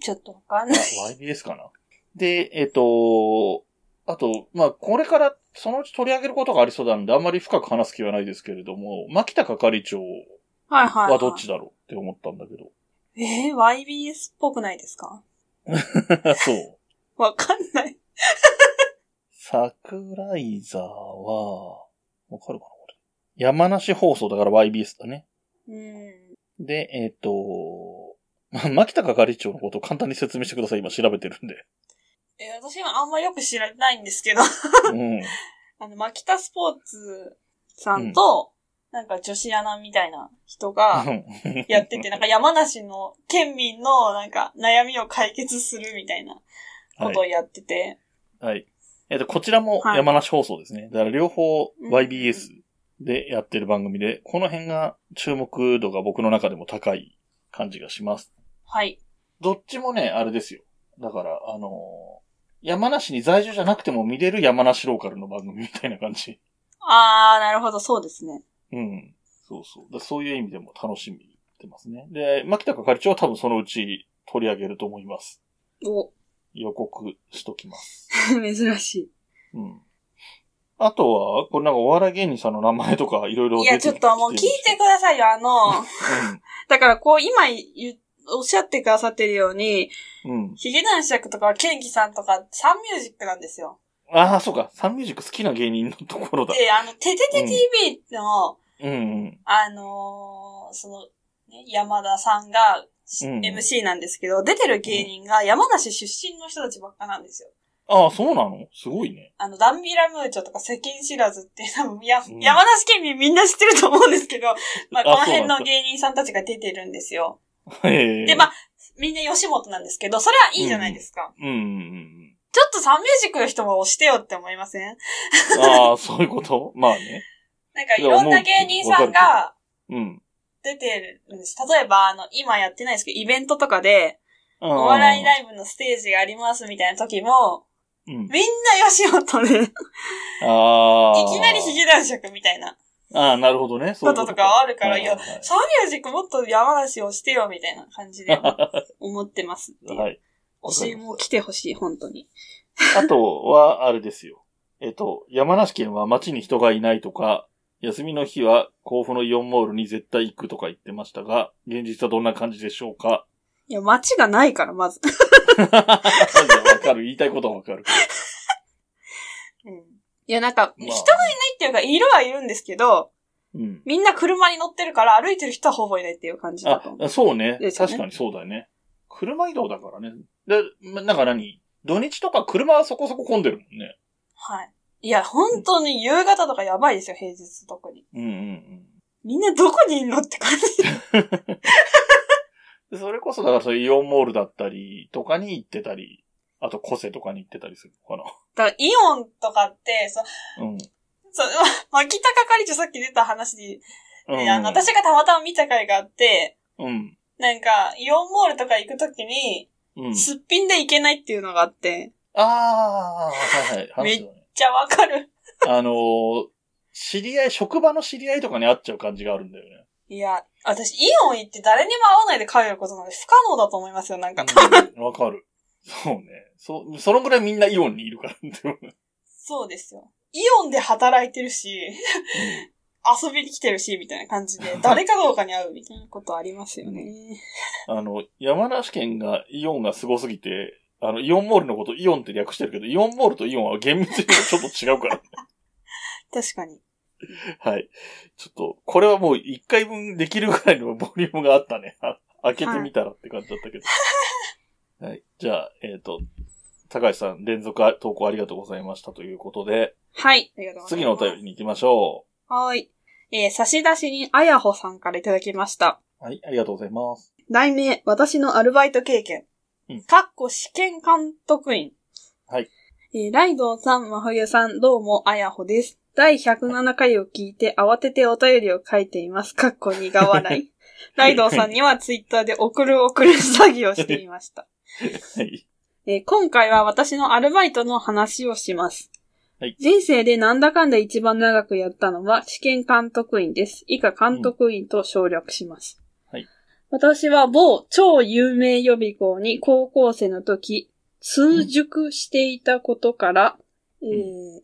[SPEAKER 2] ちょっとわかん
[SPEAKER 1] あ
[SPEAKER 2] ない。
[SPEAKER 1] ?YBS かなで、えっと、あと、まあ、これからそのうち取り上げることがありそうなんで、あんまり深く話す気はないですけれども、牧田係長
[SPEAKER 2] はいはい、はい。
[SPEAKER 1] はどっちだろうって思ったんだけど。
[SPEAKER 2] えー、YBS っぽくないですか
[SPEAKER 1] (laughs) そう。
[SPEAKER 2] わかんない。
[SPEAKER 1] 桜井沢は、わかるかなこれ。山梨放送だから YBS だね。
[SPEAKER 2] うん。
[SPEAKER 1] で、えっ、と、ま牧田係長のことを簡単に説明してください。今調べてる
[SPEAKER 2] (laughs)
[SPEAKER 1] んで。
[SPEAKER 2] えー、私はあんまよく知らないんですけど、 (laughs)
[SPEAKER 1] うん。
[SPEAKER 2] あの、マキタスポーツさんと、なんか女子アナみたいな人が、やってて、なんか山梨の県民のなんか悩みを解決するみたいなことをやってて。
[SPEAKER 1] はい。えっ、と、こちらも
[SPEAKER 2] はい
[SPEAKER 1] 山梨放送ですね。だから両方
[SPEAKER 2] うん
[SPEAKER 1] YBS でやってる番組で、この辺が注目度が僕の中でも高い感じがします。
[SPEAKER 2] はい。
[SPEAKER 1] どっちもね、あれですよ。だから、あのー山梨に在住じゃなくても見れる山梨ローカルの番組みたいな感じ。
[SPEAKER 2] あー、なるほど、そうですね。
[SPEAKER 1] うん。そうそう。だそういう意味でも楽しみにしてますね。で、牧田係長は多分そのうち取り上げると思います。
[SPEAKER 2] お、 (laughs)
[SPEAKER 1] 予告しときます。
[SPEAKER 2] 珍しい。
[SPEAKER 1] うん。あとは、これなんかお笑い芸人さんの名前とかいろいろ
[SPEAKER 2] いや、ちょっともう聞いてくださいよ、あの、 (laughs) だからこう、今言うおっしゃってくださってるように、
[SPEAKER 1] うん。うん。
[SPEAKER 2] ヒゲ男爵とかケンキさんとかサンミュージックなんですよ。
[SPEAKER 1] ああ、そうか。サンミュージック好きな芸人のところだ。
[SPEAKER 2] で、あの、ててて TV の、
[SPEAKER 1] うんうん。
[SPEAKER 2] あのーその、ね、山田さんが、し
[SPEAKER 1] うん
[SPEAKER 2] MC なんですけど、出てる芸人が山梨出身の人たちばっかなんですよ。
[SPEAKER 1] ああ、そうなのすごいね。
[SPEAKER 2] あの、ダンビラムーチョとか世間知らずって、多分や、
[SPEAKER 1] うん
[SPEAKER 2] 山梨県民みんな知ってると思うんです
[SPEAKER 1] (laughs)
[SPEAKER 2] けど、まあ、
[SPEAKER 1] あ
[SPEAKER 2] この
[SPEAKER 1] そうな
[SPEAKER 2] 辺
[SPEAKER 1] んだ
[SPEAKER 2] の芸人さんたちが出てるんですよ。
[SPEAKER 1] へえ。
[SPEAKER 2] で、まあ、みんな吉本なんですけど、それはいいじゃないですか。
[SPEAKER 1] うんうんうん。
[SPEAKER 2] ちょっとサンミュージックの人も押してよって思いません
[SPEAKER 1] (laughs) ああ、そういうことまあね。
[SPEAKER 2] なんかいろんな芸人さん
[SPEAKER 1] いや思う
[SPEAKER 2] が
[SPEAKER 1] うん。
[SPEAKER 2] 出てるんです。例えば、あの、今やってないですけど、イベントとかで、
[SPEAKER 1] お
[SPEAKER 2] (laughs) お笑い
[SPEAKER 1] だ
[SPEAKER 2] ライブのステージがありますみたいな時も、
[SPEAKER 1] うん。
[SPEAKER 2] みんな吉本で、い
[SPEAKER 1] ああ。
[SPEAKER 2] きなりヒゲ男爵みたいな
[SPEAKER 1] ああ、なるほどね。そうい
[SPEAKER 2] こ
[SPEAKER 1] うことと
[SPEAKER 2] とかはあるから、
[SPEAKER 1] はいいは
[SPEAKER 2] や
[SPEAKER 1] いはい、
[SPEAKER 2] サンミュージックもっと山梨をしてよみたいな感じで
[SPEAKER 1] (laughs)
[SPEAKER 2] 思ってますっていう。
[SPEAKER 1] はい。
[SPEAKER 2] 教えも来てほしい、本当に。
[SPEAKER 1] あとは、あれですよ。えっと、山梨県は街に人がいないとか、休みの日は甲府のイオンモールに絶対行くとか言ってましたが、現実はどんな感じでしょうか (laughs)
[SPEAKER 2] いや、街がないから、まず。
[SPEAKER 1] わかる。言いたいことはわか
[SPEAKER 2] (laughs)
[SPEAKER 1] る。
[SPEAKER 2] いや、なんか、
[SPEAKER 1] まあ
[SPEAKER 2] 人がいないっていうか、いるはいるんですけど、
[SPEAKER 1] うん。
[SPEAKER 2] みんな車に乗ってるから歩いてる人はほぼいないっていう感じだと思う。
[SPEAKER 1] あ、そうね。
[SPEAKER 2] ですよね
[SPEAKER 1] 確かにそうだよね。車移動だからね。で、まなんか何土日とか車はそこそこ混んでるもんね。
[SPEAKER 2] はい。いや、本当に夕方とかやばいですよ、平日特に。
[SPEAKER 1] うんうん
[SPEAKER 2] みんなどこにいんのって感じ。
[SPEAKER 1] (laughs) うん。でそれこそ、だからそういうイオンモールだったりとかに行ってたり、あと個性とかに行ってたりするのか
[SPEAKER 2] だからイオンとかって、そ
[SPEAKER 1] な。うん。
[SPEAKER 2] そう、牧田係長さっき出た話で、
[SPEAKER 1] うん。
[SPEAKER 2] あの、私がたまたま見た回があって、
[SPEAKER 1] うん。
[SPEAKER 2] なんか、イオンモールとか行くときに、
[SPEAKER 1] うん。
[SPEAKER 2] すっぴんで行けないっていうのがあって、
[SPEAKER 1] ああ、はいはい。話だね。
[SPEAKER 2] じゃあわかる。
[SPEAKER 1] あのー知り合い、職場の知り合いとかに会っちゃう感じがあるんだよね。
[SPEAKER 2] (laughs) いや、私、イオン行って誰にも会わないで帰ることなんで不可能だと思いますよ、なんか。
[SPEAKER 1] うんわかる。そうね。そ、そのぐらいみんなイオンにいるからね。
[SPEAKER 2] そうですよ。イオンで働いてるし、遊びに来てるし、みたいな感じで、誰かどうかに会うみたいなことありますよね。
[SPEAKER 1] あの、山梨県がイオンがすごすぎて、あの、イオンモールのことイオンって略してるけど、イオンモールとイオンは厳密にちょっと違
[SPEAKER 2] (laughs)
[SPEAKER 1] うから。
[SPEAKER 2] 確かに。
[SPEAKER 1] はい。ちょっと、これはもう一回分できるぐらいのボリュームがあったね。 (laughs) あ開けてみたらって感じだったけど。はい。じゃあ、えっ、と、高橋さん連続投稿ありがとうございましたということで、
[SPEAKER 2] はい。ありがとうござい
[SPEAKER 1] 次
[SPEAKER 2] ま
[SPEAKER 1] のお
[SPEAKER 2] す。
[SPEAKER 1] 便りに行きましょ
[SPEAKER 2] はい。えー差出人、あやほさんからいただきました。
[SPEAKER 1] う。はい、ありがとうございます。
[SPEAKER 2] 題名、私のアルバイト経験。
[SPEAKER 1] うん
[SPEAKER 2] かっこ試験監督員。
[SPEAKER 1] はい。
[SPEAKER 2] えーライドウさん、まほゆさん、どうも、あやほです。第107回を聞いて、慌ててお便りを書いています。かっこ苦笑
[SPEAKER 1] (laughs)
[SPEAKER 2] い。ライドウさんにはツイッターで送る送る詐欺をしていました。
[SPEAKER 1] はい。
[SPEAKER 2] えー今回は私のアルバイトの話をします。
[SPEAKER 1] はい
[SPEAKER 2] 人生でなんだかんだ一番長くやったのは試験監督員です。以下監督員と省略します。
[SPEAKER 1] はい
[SPEAKER 2] 私は某超有名予備校に高校生の時、通塾していたことから、えー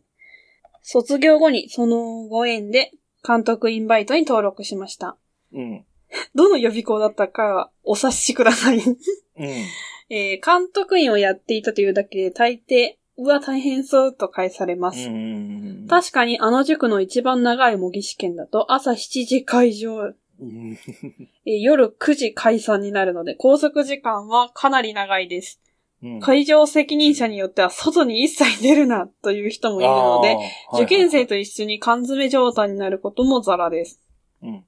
[SPEAKER 2] 卒業後にそのご縁で監督員バイトに登録しました。
[SPEAKER 1] うん。
[SPEAKER 2] どの予備校だったかはお察しください。
[SPEAKER 1] うん。
[SPEAKER 2] えー監督員をやっていたというだけで大抵、うわ、大変そうと返されます。
[SPEAKER 1] うん。
[SPEAKER 2] 確かにあの塾の一番長い模擬試験だと朝7時会場、
[SPEAKER 1] うん
[SPEAKER 2] えー夜9時解散になるので拘束時間はかなり長いです。会場責任者によっては外に一切出るなという人もいるので、、
[SPEAKER 1] あー
[SPEAKER 2] 受験生と一緒に缶詰状態になることもザラです。
[SPEAKER 1] うん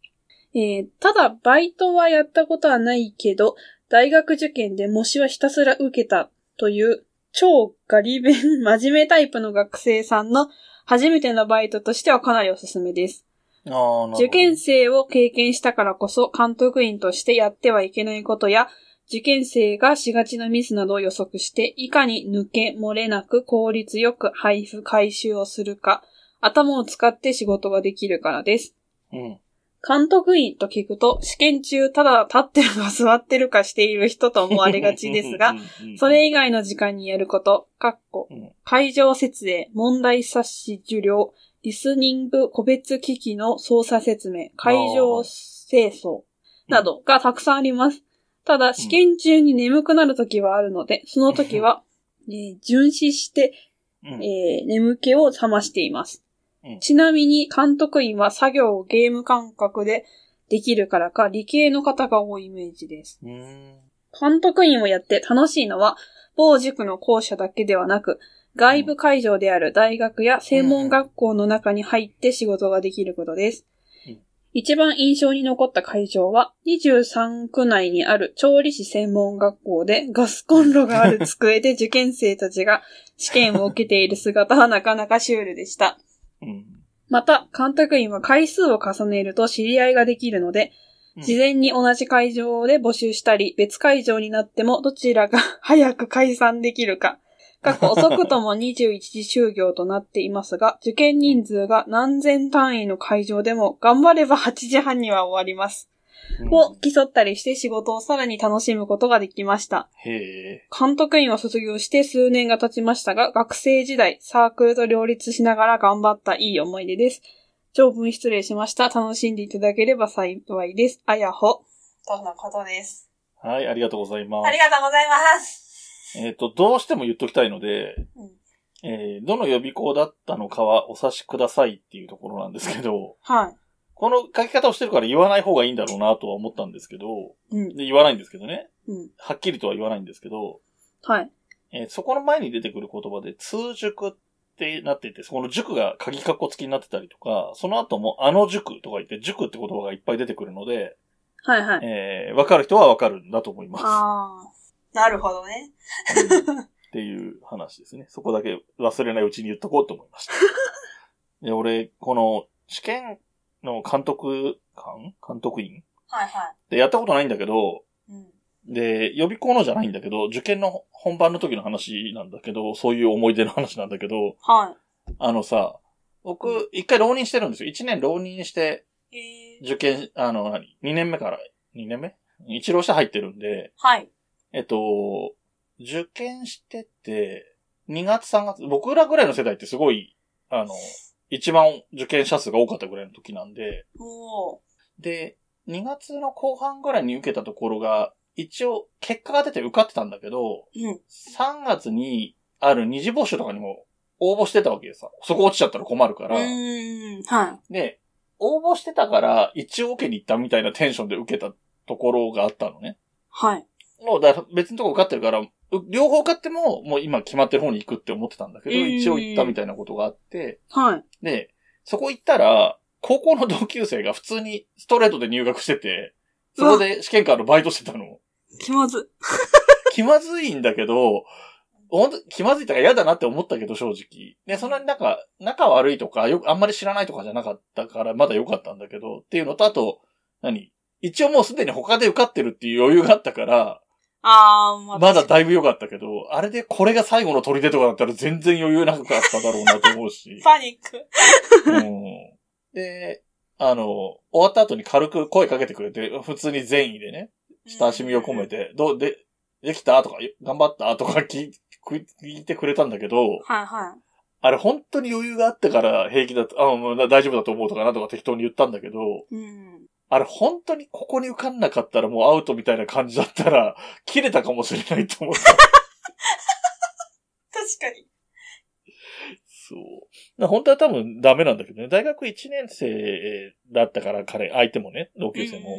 [SPEAKER 2] えーただ、バイトはやったことはないけど、大学受験で模試はひたすら受けたという、超ガリ弁真面目タイプの学生さんの初めてのバイトとしてはかなりおすすめです。
[SPEAKER 1] あーなるほど
[SPEAKER 2] 受験生を経験したからこそ監督員としてやってはいけないことや、受験生がしがちなミスなどを予測して、いかに抜け漏れなく効率よく配布回収をするか、頭を使って仕事ができるからです。
[SPEAKER 1] うん。
[SPEAKER 2] 監督員と聞くと、試験中ただ立ってるか座ってるかしている人と思われがちですが
[SPEAKER 1] うん、、うんうん
[SPEAKER 2] それ以外の時間にやること、かっこ
[SPEAKER 1] うん、
[SPEAKER 2] 会場設営、問題冊子受領、リスニング個別機器の操作説明、会場清掃などがたくさんあります。ただ、試験中に眠くなる時はあるので、その時は、えー巡視して、
[SPEAKER 1] うん
[SPEAKER 2] えー眠気を覚ましています
[SPEAKER 1] うん。
[SPEAKER 2] ちなみに、監督員は作業をゲーム感覚でできるからか、理系の方が多いイメージです。
[SPEAKER 1] うーん
[SPEAKER 2] 監督員をやって楽しいのは、某塾の校舎だけではなく、外部会場である大学や専門学校の中に入って仕事ができることです
[SPEAKER 1] うん。
[SPEAKER 2] 一番印象に残った会場は、23区内にある調理師専門学校で、ガスコンロがある机で受験生たちが試験を受けている姿はなかなかシュールでした。
[SPEAKER 1] うん
[SPEAKER 2] また、監督員は回数を重ねると知り合いができるので、
[SPEAKER 1] うん
[SPEAKER 2] 事前に同じ会場で募集したり、別会場になってもどちらが早く解散できる
[SPEAKER 1] (laughs)
[SPEAKER 2] か。過去遅くとも21時終業となっていますが、受験人数が何千単位の会場でも頑張れば8時半には終わります。
[SPEAKER 1] うん
[SPEAKER 2] を競ったりして仕事をさらに楽しむことができました。
[SPEAKER 1] へえ。
[SPEAKER 2] 監督員を卒業して数年が経ちましたが、学生時代、サークルと両立しながら頑張ったいい思い出です。長文失礼しました。楽しんでいただければ幸いです。あやほ。とのことです。
[SPEAKER 1] はい、ありがとうございます。
[SPEAKER 2] がとうございます。
[SPEAKER 1] えっと、どうしても言っときたいので、
[SPEAKER 2] うん
[SPEAKER 1] えーどの予備校だったのかはお察しくださいっていうところなんですけど、
[SPEAKER 2] はい。
[SPEAKER 1] この書き方をしてるから言わない方がいいんだろうなとは思ったんですけど、
[SPEAKER 2] うん。
[SPEAKER 1] で言わないんですけどね。
[SPEAKER 2] うん。
[SPEAKER 1] はっきりとは言わないんですけど、
[SPEAKER 2] はい。
[SPEAKER 1] えーそこの前に出てくる言葉で、通塾ってなってて、そこの塾が鍵括弧付きになってたりとか、その後もあの塾とか言って、塾って言葉がいっぱい出てくるので、
[SPEAKER 2] はいはい。
[SPEAKER 1] えーわかる人はわかるんだと思います。
[SPEAKER 2] ああ。なるほどね。
[SPEAKER 1] うんっていう話ですね。そこだけ忘れないうちに言っとこうと思いました。で、俺、この試験の監督官監督員
[SPEAKER 2] はいは
[SPEAKER 1] で、やったことないんだけど、
[SPEAKER 2] い。うん。
[SPEAKER 1] で、予備校のじゃないんだけど、受験の本番の時の話なんだけど、そういう思い出の話なんだけど、
[SPEAKER 2] は
[SPEAKER 1] あのさ、僕、一回浪人してるんですよ。一年浪人して、
[SPEAKER 2] い。えー、
[SPEAKER 1] 受験、あの、何二年目から、二年目一浪して入ってるんで、
[SPEAKER 2] はい。
[SPEAKER 1] えっと、受験してて、2月3月、僕らぐらいの世代ってすごい、あの、一番受験者数が多かったぐらいの時なんで、
[SPEAKER 2] おー。
[SPEAKER 1] で、2月の後半ぐらいに受けたところが、一応結果が出て受かってたんだけど、
[SPEAKER 2] うん。
[SPEAKER 1] 3月にある二次募集とかにも応募してたわけでさ、そこ落ちちゃったら困るか
[SPEAKER 2] う
[SPEAKER 1] ら、
[SPEAKER 2] ーん。は
[SPEAKER 1] で、応募してたから一応受けに行ったみたいなテンションで受けたところがあったの
[SPEAKER 2] い。
[SPEAKER 1] ね。
[SPEAKER 2] はい。
[SPEAKER 1] もうだから別のとこ受かってるから、う両方受かっても、もう今決まってる方に行くって思ってたんだけど、
[SPEAKER 2] うん
[SPEAKER 1] 一応行ったみたいなことがあって、
[SPEAKER 2] はい。
[SPEAKER 1] で、そこ行ったら、高校の同級生が普通にストレートで入学してて、そこで試験官のバイトしてたの。
[SPEAKER 2] 気まず。
[SPEAKER 1] 気まずいんだけど、本当気まずいとか嫌だなって思ったけど、正直。ね、そんなになんか、仲悪いとか、よく、あんまり知らないとかじゃなかったから、まだ良かったんだけど、っていうのと、あと、何一応もうすでに他で受かってるっていう余裕があったから、
[SPEAKER 2] あー、まあ。
[SPEAKER 1] まだだいぶ良かったけど、あれでこれが最後の砦とかだったら全然余裕なくあっただろうなと思うし
[SPEAKER 2] (laughs) パニック。
[SPEAKER 1] うん、で、あの、終わった後に軽く声かけてくれて、普通に善意でね、 (laughs) 親しみを込め
[SPEAKER 2] て。
[SPEAKER 1] て、どう、で、できたとか、頑張ったとか聞い聞いてくれたんだけど、
[SPEAKER 2] はいはい。
[SPEAKER 1] あれ本当に余裕があってから平気だと、あもうな大丈夫だと思うとかなんとか適当に言ったんだけど、
[SPEAKER 2] うん。
[SPEAKER 1] あれ本当にここに受かんなかったらもうアウトみたいな感じだったら、切れたかもしれないと
[SPEAKER 2] (laughs)
[SPEAKER 1] 思った。
[SPEAKER 2] 確かに。
[SPEAKER 1] そう。な本当は多分ダメなんだけどね。大学1年生だったから彼、相手もね、同級生も
[SPEAKER 2] う。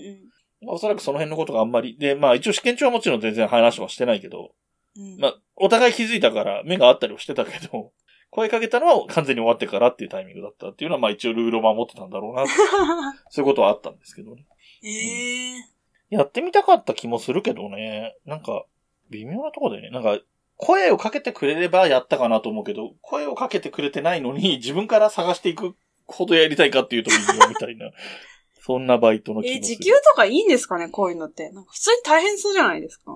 [SPEAKER 2] ん
[SPEAKER 1] まあおそらくその辺のことがあんまり。で、まあ一応試験中はもちろん全然話はしてないけど、
[SPEAKER 2] うんうん。
[SPEAKER 1] まあお互い気づいたから目が合ったりはしてたけど、声かけたのは完全に終わってからっていうタイミングだったっていうのはまあ一応ルールを守ってたんだろうな。そういうことはあったんですけどね。
[SPEAKER 2] (laughs) ええー。
[SPEAKER 1] やってみたかった気もするけどね。なんか、微妙なとこだよね。なんか、声をかけてくれればやったかなと思うけど、声をかけてくれてないのに、自分から探していくほどやりたいかっていうと微妙みたいな。そんなバイトの気
[SPEAKER 2] え、
[SPEAKER 1] もす
[SPEAKER 2] 時
[SPEAKER 1] る。
[SPEAKER 2] 給とかいいんですかねこういうのって。なんか普通に大変そうじゃないですか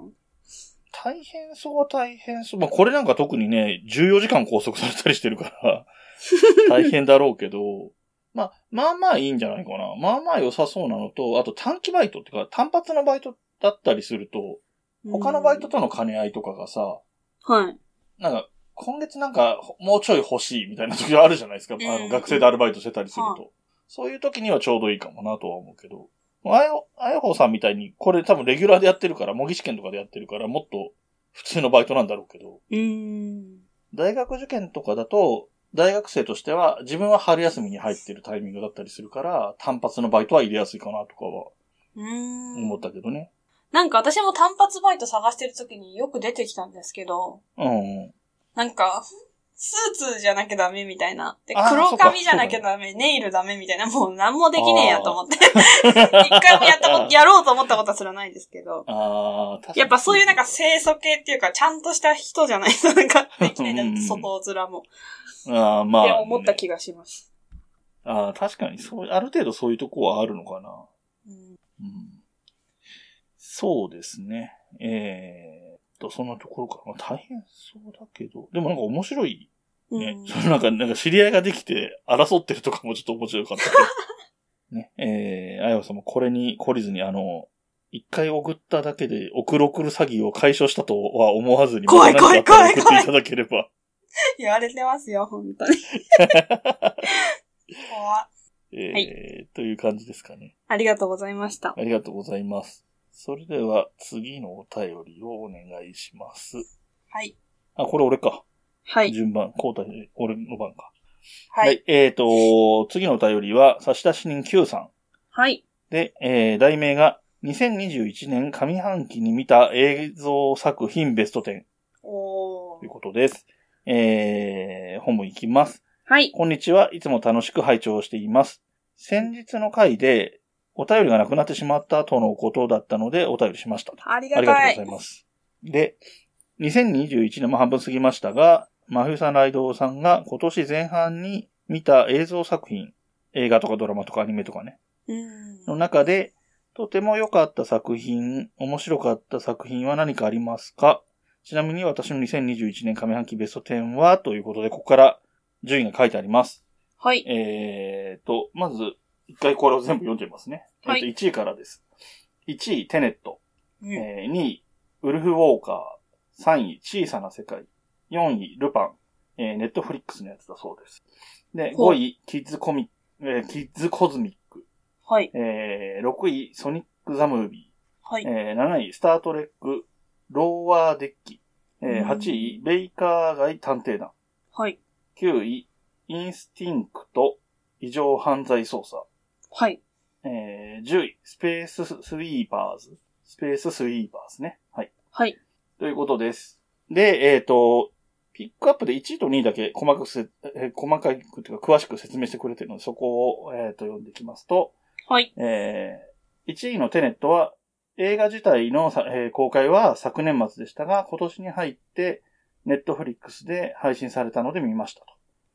[SPEAKER 1] 大変そうは大変そう。まあ、これなんか特にね、14時間拘束されたりしてるから、 (laughs) 大変だろうけど、まあ、まあまあいいんじゃないかな。まあまあ良さそうなのと、あと短期バイトっていうか、単発のバイトだったりすると、他のバイトとの兼ね合いとかがさ、
[SPEAKER 2] はい。
[SPEAKER 1] なんか、今月なんか、ほもうちょい欲しいみたいな時があるじゃないですか。
[SPEAKER 2] ん
[SPEAKER 1] あの、学生でアルバイトしてたりする
[SPEAKER 2] は
[SPEAKER 1] と。そういう時にはちょうどいいかもなとは思うけど。あや、あやほさんみたいに、これ多分レギュラーでやってるから、模擬試験とかでやってるから、もっと普通のバイトなんだろうけど、
[SPEAKER 2] うーん。
[SPEAKER 1] 大学受験とかだと、大学生としては、自分は春休みに入ってるタイミングだったりするから、単発のバイトは入れやすいかなとかは
[SPEAKER 2] うーん。
[SPEAKER 1] 思ったけどね。
[SPEAKER 2] なんか私も単発バイト探してる時によく出てきたんですけど、
[SPEAKER 1] うん。
[SPEAKER 2] なんか、スーツじゃなきゃダメみたいな。で
[SPEAKER 1] あー
[SPEAKER 2] 黒
[SPEAKER 1] そうか
[SPEAKER 2] 髪じゃなきゃダメ、ネイルダメみたいな、もう何もできねえやと思って。 (laughs) 一回もやったこと、やろうと思ったことはすらないですけど。
[SPEAKER 1] ああ、確かに。
[SPEAKER 2] やっぱそういうなんか清楚系っていうか、ちゃんとした人じゃないとなんかできないな
[SPEAKER 1] うん
[SPEAKER 2] 外面も。
[SPEAKER 1] ああ、まあ、
[SPEAKER 2] って思った気がします。
[SPEAKER 1] ああ、確かに、そう、ある程度そういうとこはあるのかな。
[SPEAKER 2] うん
[SPEAKER 1] うん。そうですね。えー、と、そんなところかな。大変そうだけど。でもなんか面白いね。
[SPEAKER 2] うん
[SPEAKER 1] そのなんか、なんか知り合いができて争ってるとかもちょっと面白かったけ
[SPEAKER 2] (laughs)
[SPEAKER 1] ど。ね。えー、あやほさんもこれに懲りずに、あの、一回送っただけで、送る送る詐欺を解消したとは思わずに、
[SPEAKER 2] 怖い怖い怖い怖い
[SPEAKER 1] また何かあったら送っていただければ。
[SPEAKER 2] 言われてますよ、本 (laughs) 当に。怖っ
[SPEAKER 1] えー、
[SPEAKER 2] はい
[SPEAKER 1] という感じですかね。
[SPEAKER 2] ありがとうございました。
[SPEAKER 1] ありがとうございます。それでは次のお便りをお願いします。
[SPEAKER 2] はい。
[SPEAKER 1] あ、これ俺か。
[SPEAKER 2] はい。
[SPEAKER 1] 順番、交代で、俺の番か。
[SPEAKER 2] はい。
[SPEAKER 1] えっ、と、次のお便りは、差出人 Q さん。
[SPEAKER 2] はい。
[SPEAKER 1] で、えー題名が、2021年上半期に見た映像作品ベスト10
[SPEAKER 2] お
[SPEAKER 1] という
[SPEAKER 2] ー。
[SPEAKER 1] ことです。えー、本文いきます。
[SPEAKER 2] はい。
[SPEAKER 1] こんにちは。いつも楽しく拝聴しています。先日の回で、お便りがなくなってしまったとのことだったので、お便りしました。
[SPEAKER 2] ありが
[SPEAKER 1] ありがと
[SPEAKER 2] た
[SPEAKER 1] うご
[SPEAKER 2] い。
[SPEAKER 1] ざいます。で、2021年も半分過ぎましたが、真冬さん、ライドウさんが今年前半に見た映像作品、映画とかドラマとかアニメとかね、
[SPEAKER 2] うん。
[SPEAKER 1] の中で、とても良かった作品、面白かった作品は何かありますかちなみに私の2021年上半期ベスト10はということで、ここから順位が書いてあります。
[SPEAKER 2] はい。
[SPEAKER 1] えーと、まず、一回これを全部読んじゃいますね。
[SPEAKER 2] はい
[SPEAKER 1] えーと1位からです。1位、テネット。
[SPEAKER 2] うん
[SPEAKER 1] えー2位、ウルフ・ウォーカー。3位、小さな世界。4位、ルパン。えーネットフリックスのやつだそうです。で、
[SPEAKER 2] ほう
[SPEAKER 1] 5位、キッズコミ、えーキッズコズミック。
[SPEAKER 2] はい。
[SPEAKER 1] えー6位、ソニック・ザ・ムービ
[SPEAKER 2] はい
[SPEAKER 1] ー。。えー7位、スタートレック、ローワーデッキ。えー
[SPEAKER 2] うん
[SPEAKER 1] 8位、ベイカー街探偵団。
[SPEAKER 2] はい。
[SPEAKER 1] 9位、インスティンクと異常犯罪捜査。
[SPEAKER 2] はい。
[SPEAKER 1] えー10位、スペーススイーパーズ。スペーススイーパーズね。はい。
[SPEAKER 2] はい。
[SPEAKER 1] ということです。で、えっ、と、ピックアップで1位と2位だけ細かくせ、えー細かくというか詳しく説明してくれてるので、そこを、えっ、と、読んでいきますと、
[SPEAKER 2] はい。
[SPEAKER 1] え1位のテネットは、映画自体のさ、えー公開は昨年末でしたが、今年に入って、ネットフリックスで配信されたので見ましたと。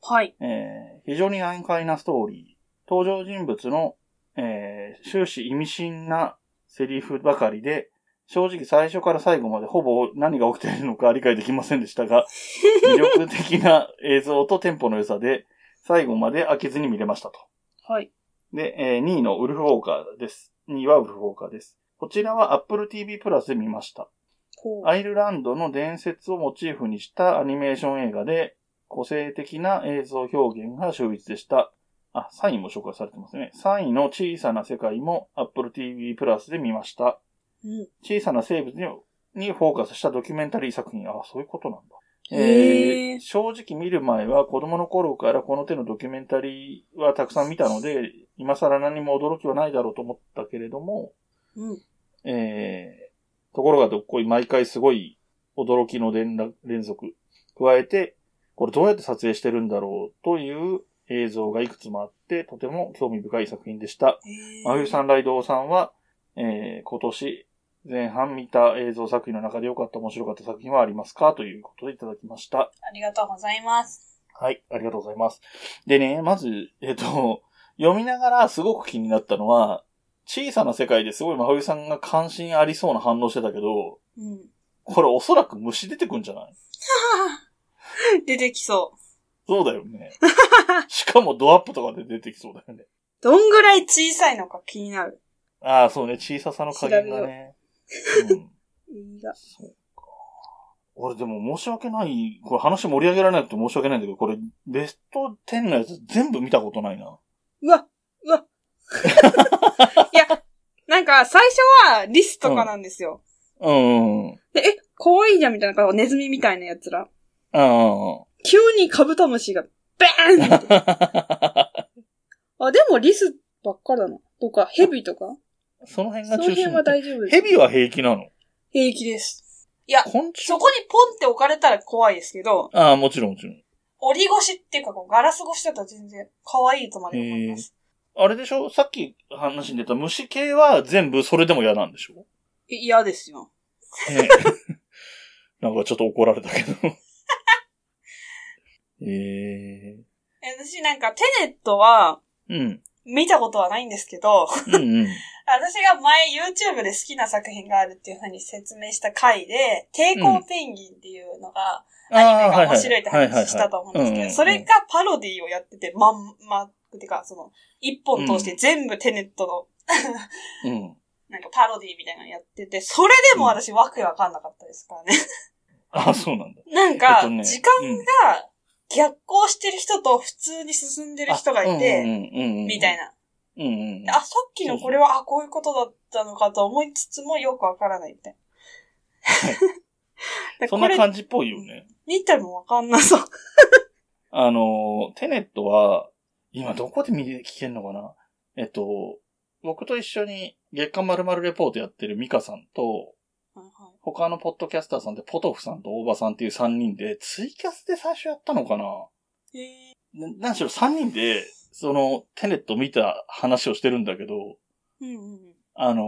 [SPEAKER 2] はい。
[SPEAKER 1] えー非常に難解なストーリー、登場人物の、えー終始意味深なセリフばかりで、正直最初から最後までほぼ何が起きているのか理解できませんでしたが、魅力的な映像とテンポの良さで、最後まで飽きずに見れましたと。
[SPEAKER 2] はい。
[SPEAKER 1] で、えー2位のウルフウォーカーです。2位はウルフウォーカーです。こちらは Apple TV プラスで見ました。
[SPEAKER 2] ほう。
[SPEAKER 1] アイルランドの伝説をモチーフにしたアニメーション映画で、個性的な映像表現が秀逸でした。あ、3位も紹介されてますね。3位の小さな世界も Apple TV プラスで見ました。
[SPEAKER 2] うん。
[SPEAKER 1] 小さな生物ににフォーカスしたドキュメンタリー作品。あ、そういうことなんだ。
[SPEAKER 2] へー
[SPEAKER 1] ー正直見る前は子供の頃からこの手のドキュメンタリーはたくさん見たので、今更何も驚きはないだろうと思ったけれども、
[SPEAKER 2] うん。
[SPEAKER 1] えー、ところがどっこい、毎回すごい驚きの連絡連続。加えて、これどうやって撮影してるんだろうという映像がいくつもあって、とても興味深い作品でした。
[SPEAKER 2] へー
[SPEAKER 1] まゆさん、ライドウさんは、えー、今年前半見た映像作品の中で良かった、面白かった作品はありますかということでいただきました。
[SPEAKER 2] ありがとうございます。
[SPEAKER 1] はい、ありがとうございます。でね、まず、えっ、と、読みながらすごく気になったのは、小さな世界ですごいまゆさんが関心ありそうな反応してたけど、
[SPEAKER 2] うん。
[SPEAKER 1] これおそらく虫出てくんじゃない
[SPEAKER 2] (laughs) 出てきそう。
[SPEAKER 1] そうだよ (laughs) ね。しかもドアップとかで出てきそうだよね。
[SPEAKER 2] どんぐらい小さいのか気になる。
[SPEAKER 1] ああ、そうね。小ささの加減がね。うん。
[SPEAKER 2] いいが。
[SPEAKER 1] そうか。俺でも申し訳ない。これ話盛り上げられなくて申し訳ないんだけど、これベスト10のやつ全部見たことないな。
[SPEAKER 2] うわ、うわ。 (laughs) いや、なんか最初はリスとかなんですよ。
[SPEAKER 1] うん。うん。
[SPEAKER 2] で、え、可愛いじゃんみたいな、こうネズミみたいなやつら。
[SPEAKER 1] うん。
[SPEAKER 2] 急にカブトムシが、バーンって (laughs) あ、でもリスばっかだな。とか、ヘビとか。
[SPEAKER 1] その辺
[SPEAKER 2] そ
[SPEAKER 1] が
[SPEAKER 2] の
[SPEAKER 1] 中
[SPEAKER 2] 辺
[SPEAKER 1] 心
[SPEAKER 2] は。大丈夫です。
[SPEAKER 1] ヘビは平気なの。
[SPEAKER 2] 平気です。いや、
[SPEAKER 1] 昆虫
[SPEAKER 2] そこにポンって置かれたら怖いですけど、
[SPEAKER 1] ああ、もちろんもちろん。
[SPEAKER 2] 折り越しっていうかこうガラス越しだったら全然可愛いとまで思います。
[SPEAKER 1] あれでしょさっき話に出た虫系は全部それでも嫌なんでしょ
[SPEAKER 2] (laughs) い嫌ですよ。
[SPEAKER 1] ねなんかちょっと怒られたけど。
[SPEAKER 2] (laughs)
[SPEAKER 1] ええ
[SPEAKER 2] え私なんかテネットは
[SPEAKER 1] うん。
[SPEAKER 2] 見たことはないんですけど、 (laughs)
[SPEAKER 1] うんうん。
[SPEAKER 2] 私が前 YouTube で好きな作品があるっていう風に説明した回で、抵抗ペンギンっていうのが、アニメが面白いって話したと思うんですけど、それがパロディをやってて、まんま、てか、その、一本通して全部テネットの、
[SPEAKER 1] うんうん。
[SPEAKER 2] なんかパロディみたいなのやってて、それでも私わけわかんなかったですからね。
[SPEAKER 1] あ、そうなんだ。
[SPEAKER 2] (laughs) なん
[SPEAKER 1] えっ
[SPEAKER 2] か、
[SPEAKER 1] とね
[SPEAKER 2] 時間が逆行してる人と普通に進んでる人がいて、みたい
[SPEAKER 1] な。
[SPEAKER 2] な。
[SPEAKER 1] うんうんうん。
[SPEAKER 2] あ、さっきのこれは、あ、こういうことだったのかと思いつつもよくわからないみたい (laughs) な。
[SPEAKER 1] そん
[SPEAKER 2] こ
[SPEAKER 1] な
[SPEAKER 2] れ
[SPEAKER 1] 感じっぽいよね。
[SPEAKER 2] 見てもわかんなそう。
[SPEAKER 1] あのー、テネットは、今どこで見聞けんのかなえっと、僕と一緒に月刊〇〇レポートやってるミカさんと、
[SPEAKER 2] はいはい。
[SPEAKER 1] 他のポッドキャスターさんでポトフさんと大場さんっていう3人で、ツイキャスで最初やったのかな
[SPEAKER 2] え
[SPEAKER 1] な何しろ3人で、その、テネット見た話をしてるんだけど、
[SPEAKER 2] ー、うんうん
[SPEAKER 1] あの、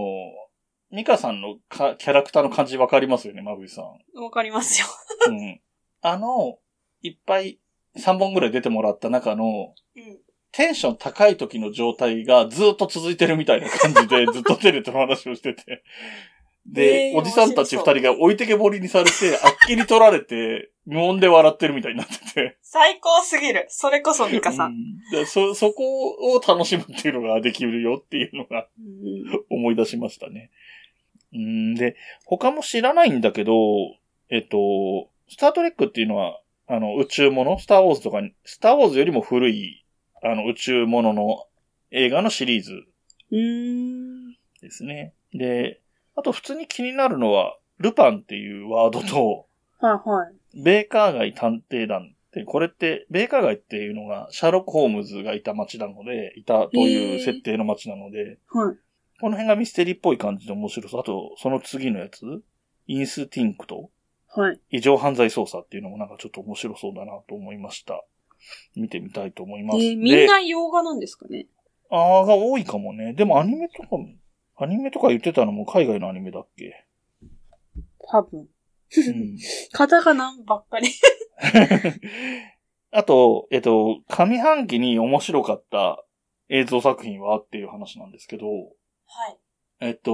[SPEAKER 1] ミカさんのかキャラクターの感じわかりますよね、まぶいさん。
[SPEAKER 2] うん。わかりますよ。
[SPEAKER 1] うん。あの、いっぱい3本ぐらい出てもらった中の、
[SPEAKER 2] うん。
[SPEAKER 1] テンション高い時の状態がずっと続いてるみたいな感じ
[SPEAKER 2] (laughs)
[SPEAKER 1] で、ずっとテレとの話をしてて。で、
[SPEAKER 2] えー
[SPEAKER 1] おじさんたち二人が置いてけぼりにされて、あっきり取られて、無音で笑ってるみたいになってて。
[SPEAKER 2] 最高すぎる。それこそミカさ。
[SPEAKER 1] うんんでそ、そこを楽しむっていうのができるよっていうのが
[SPEAKER 2] うん。
[SPEAKER 1] 思い出しましたね。うんで、他も知らないんだけど、えっと、スタートレックっていうのは、あの、宇宙もの、スターウォーズとかに、スターウォーズよりも古い、あの、宇宙ものの映画のシリーズ
[SPEAKER 2] うん。
[SPEAKER 1] ですね。で、あと普通に気になるのは、ルパンっていうワードと、
[SPEAKER 2] はいはい。
[SPEAKER 1] ベーカー街探偵団って、これって、ベーカー街っていうのが、シャーロック・ホームズがいた街なので、いたとい
[SPEAKER 2] へー
[SPEAKER 1] う設定の街なので、
[SPEAKER 2] はい。
[SPEAKER 1] この辺がミステリーっぽい感じで面白そう。あと、その次のやつ、インスティンクト、
[SPEAKER 2] はい。
[SPEAKER 1] 異常犯罪捜査っていうのもなんかちょっと面白そうだなと思いました。見てみたいと思います。
[SPEAKER 2] えー、みん
[SPEAKER 1] で
[SPEAKER 2] な洋画なんですかね
[SPEAKER 1] あーが多いかもね。でもアニメとかも、アニメとか言ってたのも海外のアニメだっけ、
[SPEAKER 2] 多分。
[SPEAKER 1] うん (laughs)
[SPEAKER 2] カタカナばっかり。
[SPEAKER 1] あと、えっと、上半期に面白かった映像作品はっていう話なんですけど、
[SPEAKER 2] はい。
[SPEAKER 1] えっと、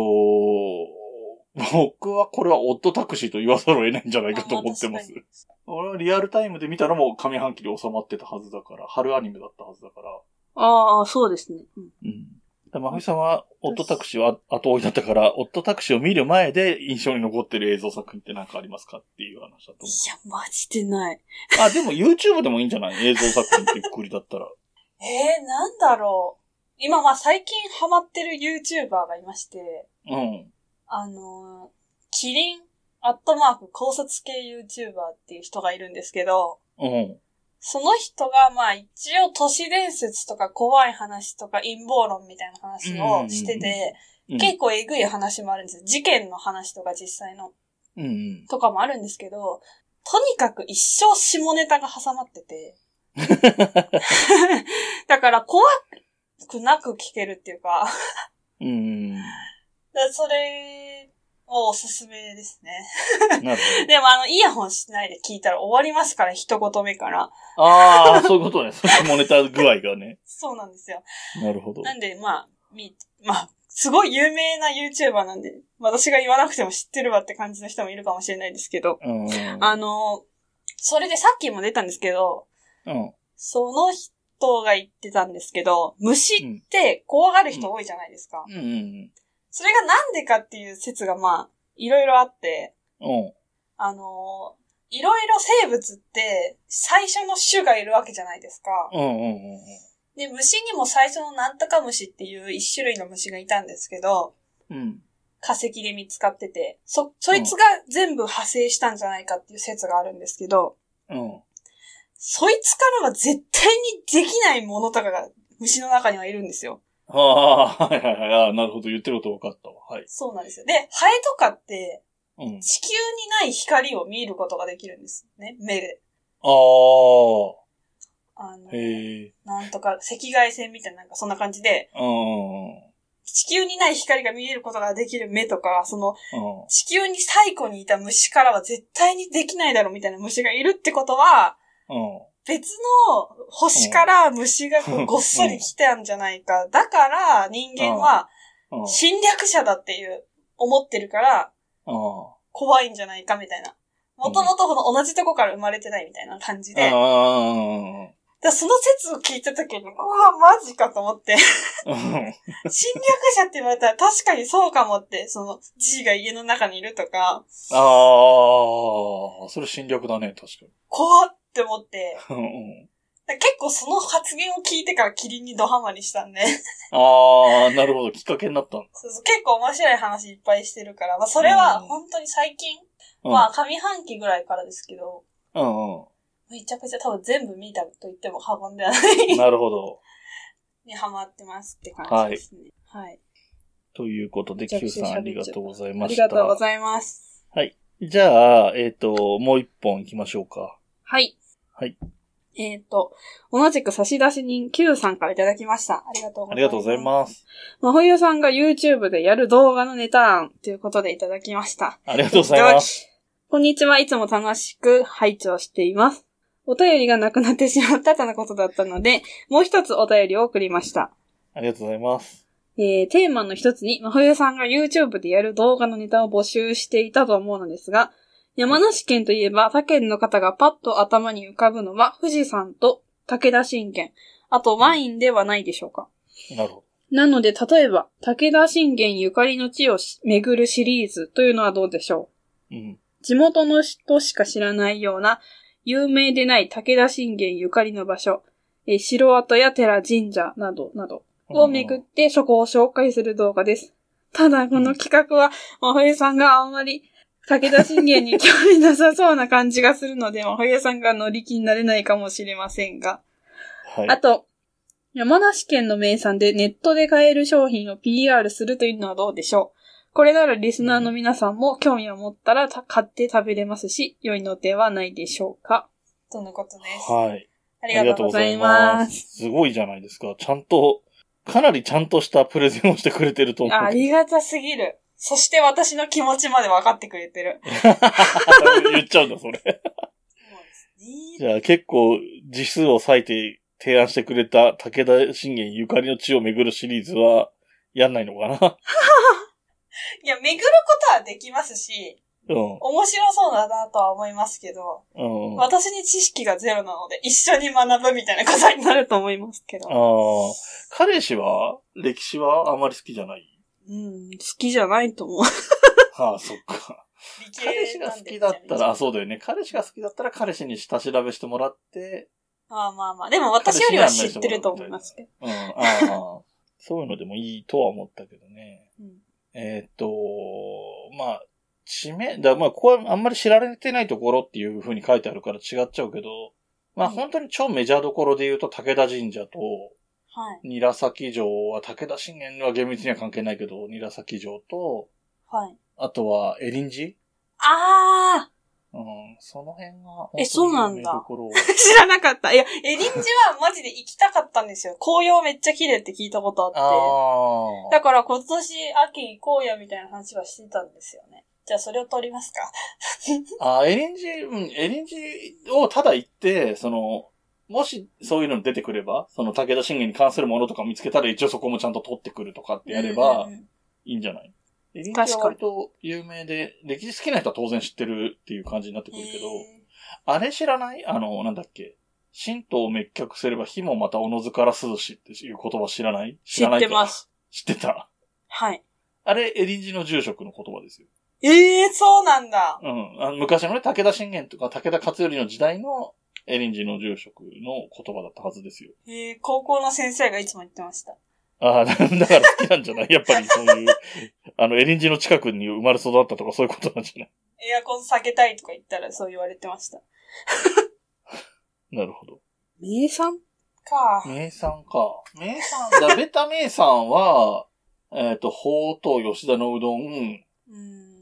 [SPEAKER 1] 僕はこれはオッドタクシーと言わざるを得ないんじゃないかと思ってます
[SPEAKER 2] あ。
[SPEAKER 1] 俺はリアルタイムで見たらもう上半期で収まってたはずだから、春アニメだったはずだから。
[SPEAKER 2] ああ、そうですね。うん
[SPEAKER 1] うん。でまふさんは、オッドタクシーは後追いだったから、オッドタクシーを見る前で印象に残ってる映像作品って何かありますかっていう話だと思
[SPEAKER 2] いや、マジでない。
[SPEAKER 1] う。あ、でも YouTube でもいいんじゃない映像作品ってゆっくりだったら。
[SPEAKER 2] えー、なんだろう。今、まあ、最近ハマってる YouTuber がいまして、
[SPEAKER 1] (laughs) うん。
[SPEAKER 2] あのー、キリン、アットマーク、考察系 YouTuber っていう人がいるんですけど、
[SPEAKER 1] うん。
[SPEAKER 2] その人が、まあ、一応都市伝説とか怖い話とか陰謀論みたいな話をしてて、
[SPEAKER 1] うん
[SPEAKER 2] 結構えぐい話もあるんですよ。事件の話とか実際の。
[SPEAKER 1] うんうん。
[SPEAKER 2] とかもあるんですけど、とにかく一生下ネタが挟まってて。だから怖くなく聞けるっていうか、だか (laughs)
[SPEAKER 1] うん。
[SPEAKER 2] らそれをおすすめですね。
[SPEAKER 1] なる
[SPEAKER 2] でもあの、イヤホンしないで聞いたら終わりますから、一言目から。
[SPEAKER 1] ほど。ああ、そういうことね。そのモネタ具合がね。
[SPEAKER 2] そうなんですよ。
[SPEAKER 1] なるほど。
[SPEAKER 2] なんで、まあ、み、まあ、すごい有名な YouTuber なんで、私が言わなくても知ってるわって感じの人もいるかもしれないですけど、
[SPEAKER 1] うん。
[SPEAKER 2] あの、それでさっきも出たんですけど、
[SPEAKER 1] うん。
[SPEAKER 2] その人が言ってたんですけど、虫って怖がる人多いじゃないですか。
[SPEAKER 1] うんうん。
[SPEAKER 2] それがなんでかっていう説がまあ、いろいろあって、
[SPEAKER 1] うん。
[SPEAKER 2] あのーいろいろ生物って最初の種がいるわけじゃないですか。
[SPEAKER 1] うんうんうん。
[SPEAKER 2] で、虫にも最初のなんとか虫っていう一種類の虫がいたんですけど、
[SPEAKER 1] うん。
[SPEAKER 2] 化石で見つかってて、そ、そいつが全部派生したんじゃないかっていう説があるんですけど、
[SPEAKER 1] うん。
[SPEAKER 2] そいつからは絶対にできないものとかが虫の中にはいるんですよ。
[SPEAKER 1] ああ、はいはいはい。ああ、なるほど。言ってること分かったわ。はい。
[SPEAKER 2] そうなんですよ。で、ハエとかって、
[SPEAKER 1] うん。
[SPEAKER 2] 地球にない光を見ることができるんですね、目で。
[SPEAKER 1] ああ、
[SPEAKER 2] あの、
[SPEAKER 1] へえ。
[SPEAKER 2] なんとか、赤外線みたいな、なんかそんな感じで、
[SPEAKER 1] うん。うん。
[SPEAKER 2] 地球にない光が見えることができる目とか、その、
[SPEAKER 1] うん
[SPEAKER 2] 地球に最古にいた虫からは絶対にできないだろうみたいな虫がいるってことは、
[SPEAKER 1] うん。
[SPEAKER 2] 別の星から虫がこ
[SPEAKER 1] う
[SPEAKER 2] うんごっそり来たんじゃないか。だから、人間は
[SPEAKER 1] うん。
[SPEAKER 2] 侵略者だっていう、思ってるから、
[SPEAKER 1] あ
[SPEAKER 2] 怖いんじゃないかみたいな。もともとこの同じとこから生まれてないみたいな感じで。だか
[SPEAKER 1] あ。うん。
[SPEAKER 2] らその説を聞いた時に、うわ、マジかと思って。 (laughs)
[SPEAKER 1] うん。
[SPEAKER 2] 侵略者って言われたら確かにそうかもって、その、G が家の中にいるとか、
[SPEAKER 1] ああ、それ侵略だね、確
[SPEAKER 2] 怖っって思って。
[SPEAKER 1] かに。うん。
[SPEAKER 2] だから結構その発言を聞いてからキリンにドハマりしたんで。 (laughs)
[SPEAKER 1] ああ、なるほど。きっかけになったんだ。
[SPEAKER 2] そうそう結構面白い話いっぱいしてるから、まあそれは
[SPEAKER 1] うん
[SPEAKER 2] 本当に最近、
[SPEAKER 1] うん
[SPEAKER 2] まあ上半期ぐらいからですけど、
[SPEAKER 1] うんう
[SPEAKER 2] めちゃくちゃ多分全部見たと言っても過言ではない (laughs)
[SPEAKER 1] ん。なるほど。
[SPEAKER 2] にハマってますって感じですね。はい。
[SPEAKER 1] ということで、
[SPEAKER 2] めちゃく
[SPEAKER 1] Q
[SPEAKER 2] ちゃ
[SPEAKER 1] さんありがとうござい
[SPEAKER 2] あ
[SPEAKER 1] ま
[SPEAKER 2] り
[SPEAKER 1] し
[SPEAKER 2] がとうご
[SPEAKER 1] た。
[SPEAKER 2] ざいます。
[SPEAKER 1] じゃあ、えっ、と、もう一本行きましょうか。
[SPEAKER 2] はい。
[SPEAKER 1] はい。
[SPEAKER 2] えっ、と、同じく差出人 Q さんからいただきました。ありがとうございます。
[SPEAKER 1] ありがとうございます。
[SPEAKER 2] まほゆさんが YouTube でやる動画のネタ案ということでいただきました。
[SPEAKER 1] ありがとうございます。
[SPEAKER 2] す。こんにちは。いつも楽しく拝聴しています。お便りがなくなってしまったとのことだったので、もう一つお便りを送りました。
[SPEAKER 1] ありがとうございます。
[SPEAKER 2] えー、テーマの一つに、まほゆさんが YouTube でやる動画のネタを募集していたと思うのですが、山梨県といえば他県の方がパッと頭に浮かぶのは富士山と武田信玄、あとワインではないでしょうか。
[SPEAKER 1] なるほ
[SPEAKER 2] なので、例えば、武田信玄ゆかりの地をし巡るシリーズというのはどうでしょ
[SPEAKER 1] ど。うん。
[SPEAKER 2] う地元の人しか知らないような、有名でない武田信玄ゆかりの場所、えー城跡や寺神社などなどを巡ってそこを紹介する動画です。ただ、この企画は、真冬さんがあんまり武田信玄に興味なさそうな感じがするので、真冬さんが乗り気になれないかもしれませんが、
[SPEAKER 1] はい。
[SPEAKER 2] あと、山梨県の名産でネットで買える商品を PR するというのはどうでしょうこれならリスナーの皆さんも興味を持ったらた買って食べれますし、良いのではないでしょうかとのことです。
[SPEAKER 1] はい。
[SPEAKER 2] あ
[SPEAKER 1] あ
[SPEAKER 2] りがとうございます。
[SPEAKER 1] す。すごいじゃないですか。ちゃんと、かなりちゃんとしたプレゼンをしてくれてると思う。
[SPEAKER 2] あありがたすぎる。そして私の気持ちまで分かってくれてる。
[SPEAKER 1] 言っちゃうん
[SPEAKER 2] (laughs)
[SPEAKER 1] だ、それ。
[SPEAKER 2] そうですね。
[SPEAKER 1] じゃあ結構字数を割いて提案してくれた武田信玄ゆかりの地を巡るシリーズはやんないの
[SPEAKER 2] (laughs)
[SPEAKER 1] か
[SPEAKER 2] いや、巡ることはできますし、
[SPEAKER 1] なう
[SPEAKER 2] 面白そうだなとは思いますけど、
[SPEAKER 1] ん。うん。あ
[SPEAKER 2] 私に知識がゼロなので、一緒に学ぶみたいなことになると思いますけど
[SPEAKER 1] あ。ー。彼氏は歴史はあまり好きじゃない
[SPEAKER 2] うん、好きじゃないと思う。
[SPEAKER 1] はあ、そっか。
[SPEAKER 2] 理系
[SPEAKER 1] 彼氏が
[SPEAKER 2] なん
[SPEAKER 1] 好
[SPEAKER 2] で
[SPEAKER 1] きだったら、あ、
[SPEAKER 2] めちゃめちゃ
[SPEAKER 1] そうだよね。彼氏が好きだったら彼氏に下調べしてもらって、
[SPEAKER 2] まあまあまあ。でも私よりは知ってると思いますけど。
[SPEAKER 1] うん、あ
[SPEAKER 2] (laughs)
[SPEAKER 1] あ、そういうのでもいいとは思ったけどね。
[SPEAKER 2] うん
[SPEAKER 1] えーっと、まあ、地名、だまあ、ここはあんまり知られてないところっていう風に書いてあるから違っちゃうけど、まあ、
[SPEAKER 2] うん
[SPEAKER 1] 本当に超メジャーどころで言うと、武田神社と、
[SPEAKER 2] はい。
[SPEAKER 1] 韮崎城は、武田信玄は厳密には関係ないけど、韮崎城と、
[SPEAKER 2] はい。
[SPEAKER 1] あとは、エリンジ
[SPEAKER 2] あ
[SPEAKER 1] うん、その辺が、
[SPEAKER 2] えそうなんだ
[SPEAKER 1] ところ。
[SPEAKER 2] ー (laughs) 知らなかった。いや、エリンジはマジで行きたかったんですよ。紅葉めっちゃ綺麗って聞いたことあって。
[SPEAKER 1] あ
[SPEAKER 2] だから今年秋行こうよみたいな話はしてたんですよね。じゃあそれを取りますか。
[SPEAKER 1] あ。あ、エリンジ、うん、エリンジをただ行って、その、もしそういうのに出てくれば、その武田信玄に関するものとか見つけたら一応そこもちゃんと取ってくるとかってやれば
[SPEAKER 2] うんうんうん
[SPEAKER 1] いいんじゃない、エリンジ
[SPEAKER 2] 確かに
[SPEAKER 1] は割と有名で、歴史好きな人は当然知ってるっていう感じになってくるけど、
[SPEAKER 2] へ
[SPEAKER 1] あれ知らないあの、なんだっけ神道を滅却すれば火もまたおのずから涼しっていう言葉知らない
[SPEAKER 2] ー知
[SPEAKER 1] らな
[SPEAKER 2] っ
[SPEAKER 1] いか
[SPEAKER 2] てます。
[SPEAKER 1] 知ってた。
[SPEAKER 2] はい。
[SPEAKER 1] あれ、エリンジの住職の言葉ですよ。
[SPEAKER 2] ええー、そうなんだ。
[SPEAKER 1] うん。あの昔のね、武田信玄とか武田勝頼の時代のエリンジの住職の言葉だったはずですよ。
[SPEAKER 2] えー、高校の先生がいつも言ってました。
[SPEAKER 1] ああ、だだから好きなんじゃないやっぱりそういう、あの、エリンジの近くに生まれ育ったとかそういうことなんじゃない
[SPEAKER 2] エアコン避けたいとか言ったらそう言われてました。
[SPEAKER 1] なるほど。
[SPEAKER 2] 名産か。
[SPEAKER 1] 名産か。名産、だ、ベタ名産は、えっ、と、ほうとう吉田のうどん、
[SPEAKER 2] うん。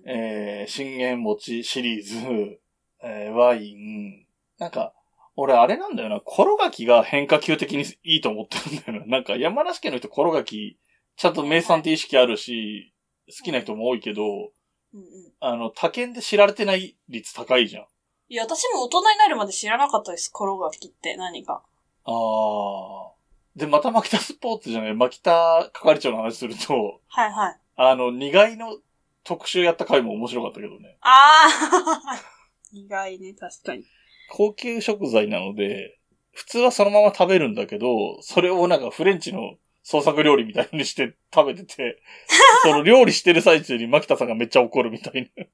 [SPEAKER 1] えー、信玄餅シリーズ、えー、ワイン、なんか、俺あれなんだよな、コロガキが変化球的にいいと思ってるんだよな。なんか山梨県の人コロガキ、ちゃんと名産って意識あるし、好きな人も多いけど、
[SPEAKER 2] うんうん。
[SPEAKER 1] あの、他県で知られてない率高いじゃん。
[SPEAKER 2] いや、私も大人になるまで知らなかったです。コロガキって何か。
[SPEAKER 1] あー。で、また牧田スポーツじゃない、牧田係長の話すると、
[SPEAKER 2] はいはい。
[SPEAKER 1] あの、二階の特集やった回も面白かったけどね。
[SPEAKER 2] ああ (laughs) 意外ね、確かに。
[SPEAKER 1] 高級食材なので、普通はそのまま食べるんだけど、それをなんかフレンチの創作料理みたいにして食べて
[SPEAKER 2] (laughs)
[SPEAKER 1] て、その料理してる最中に牧田さんがめっちゃ怒るみたいな。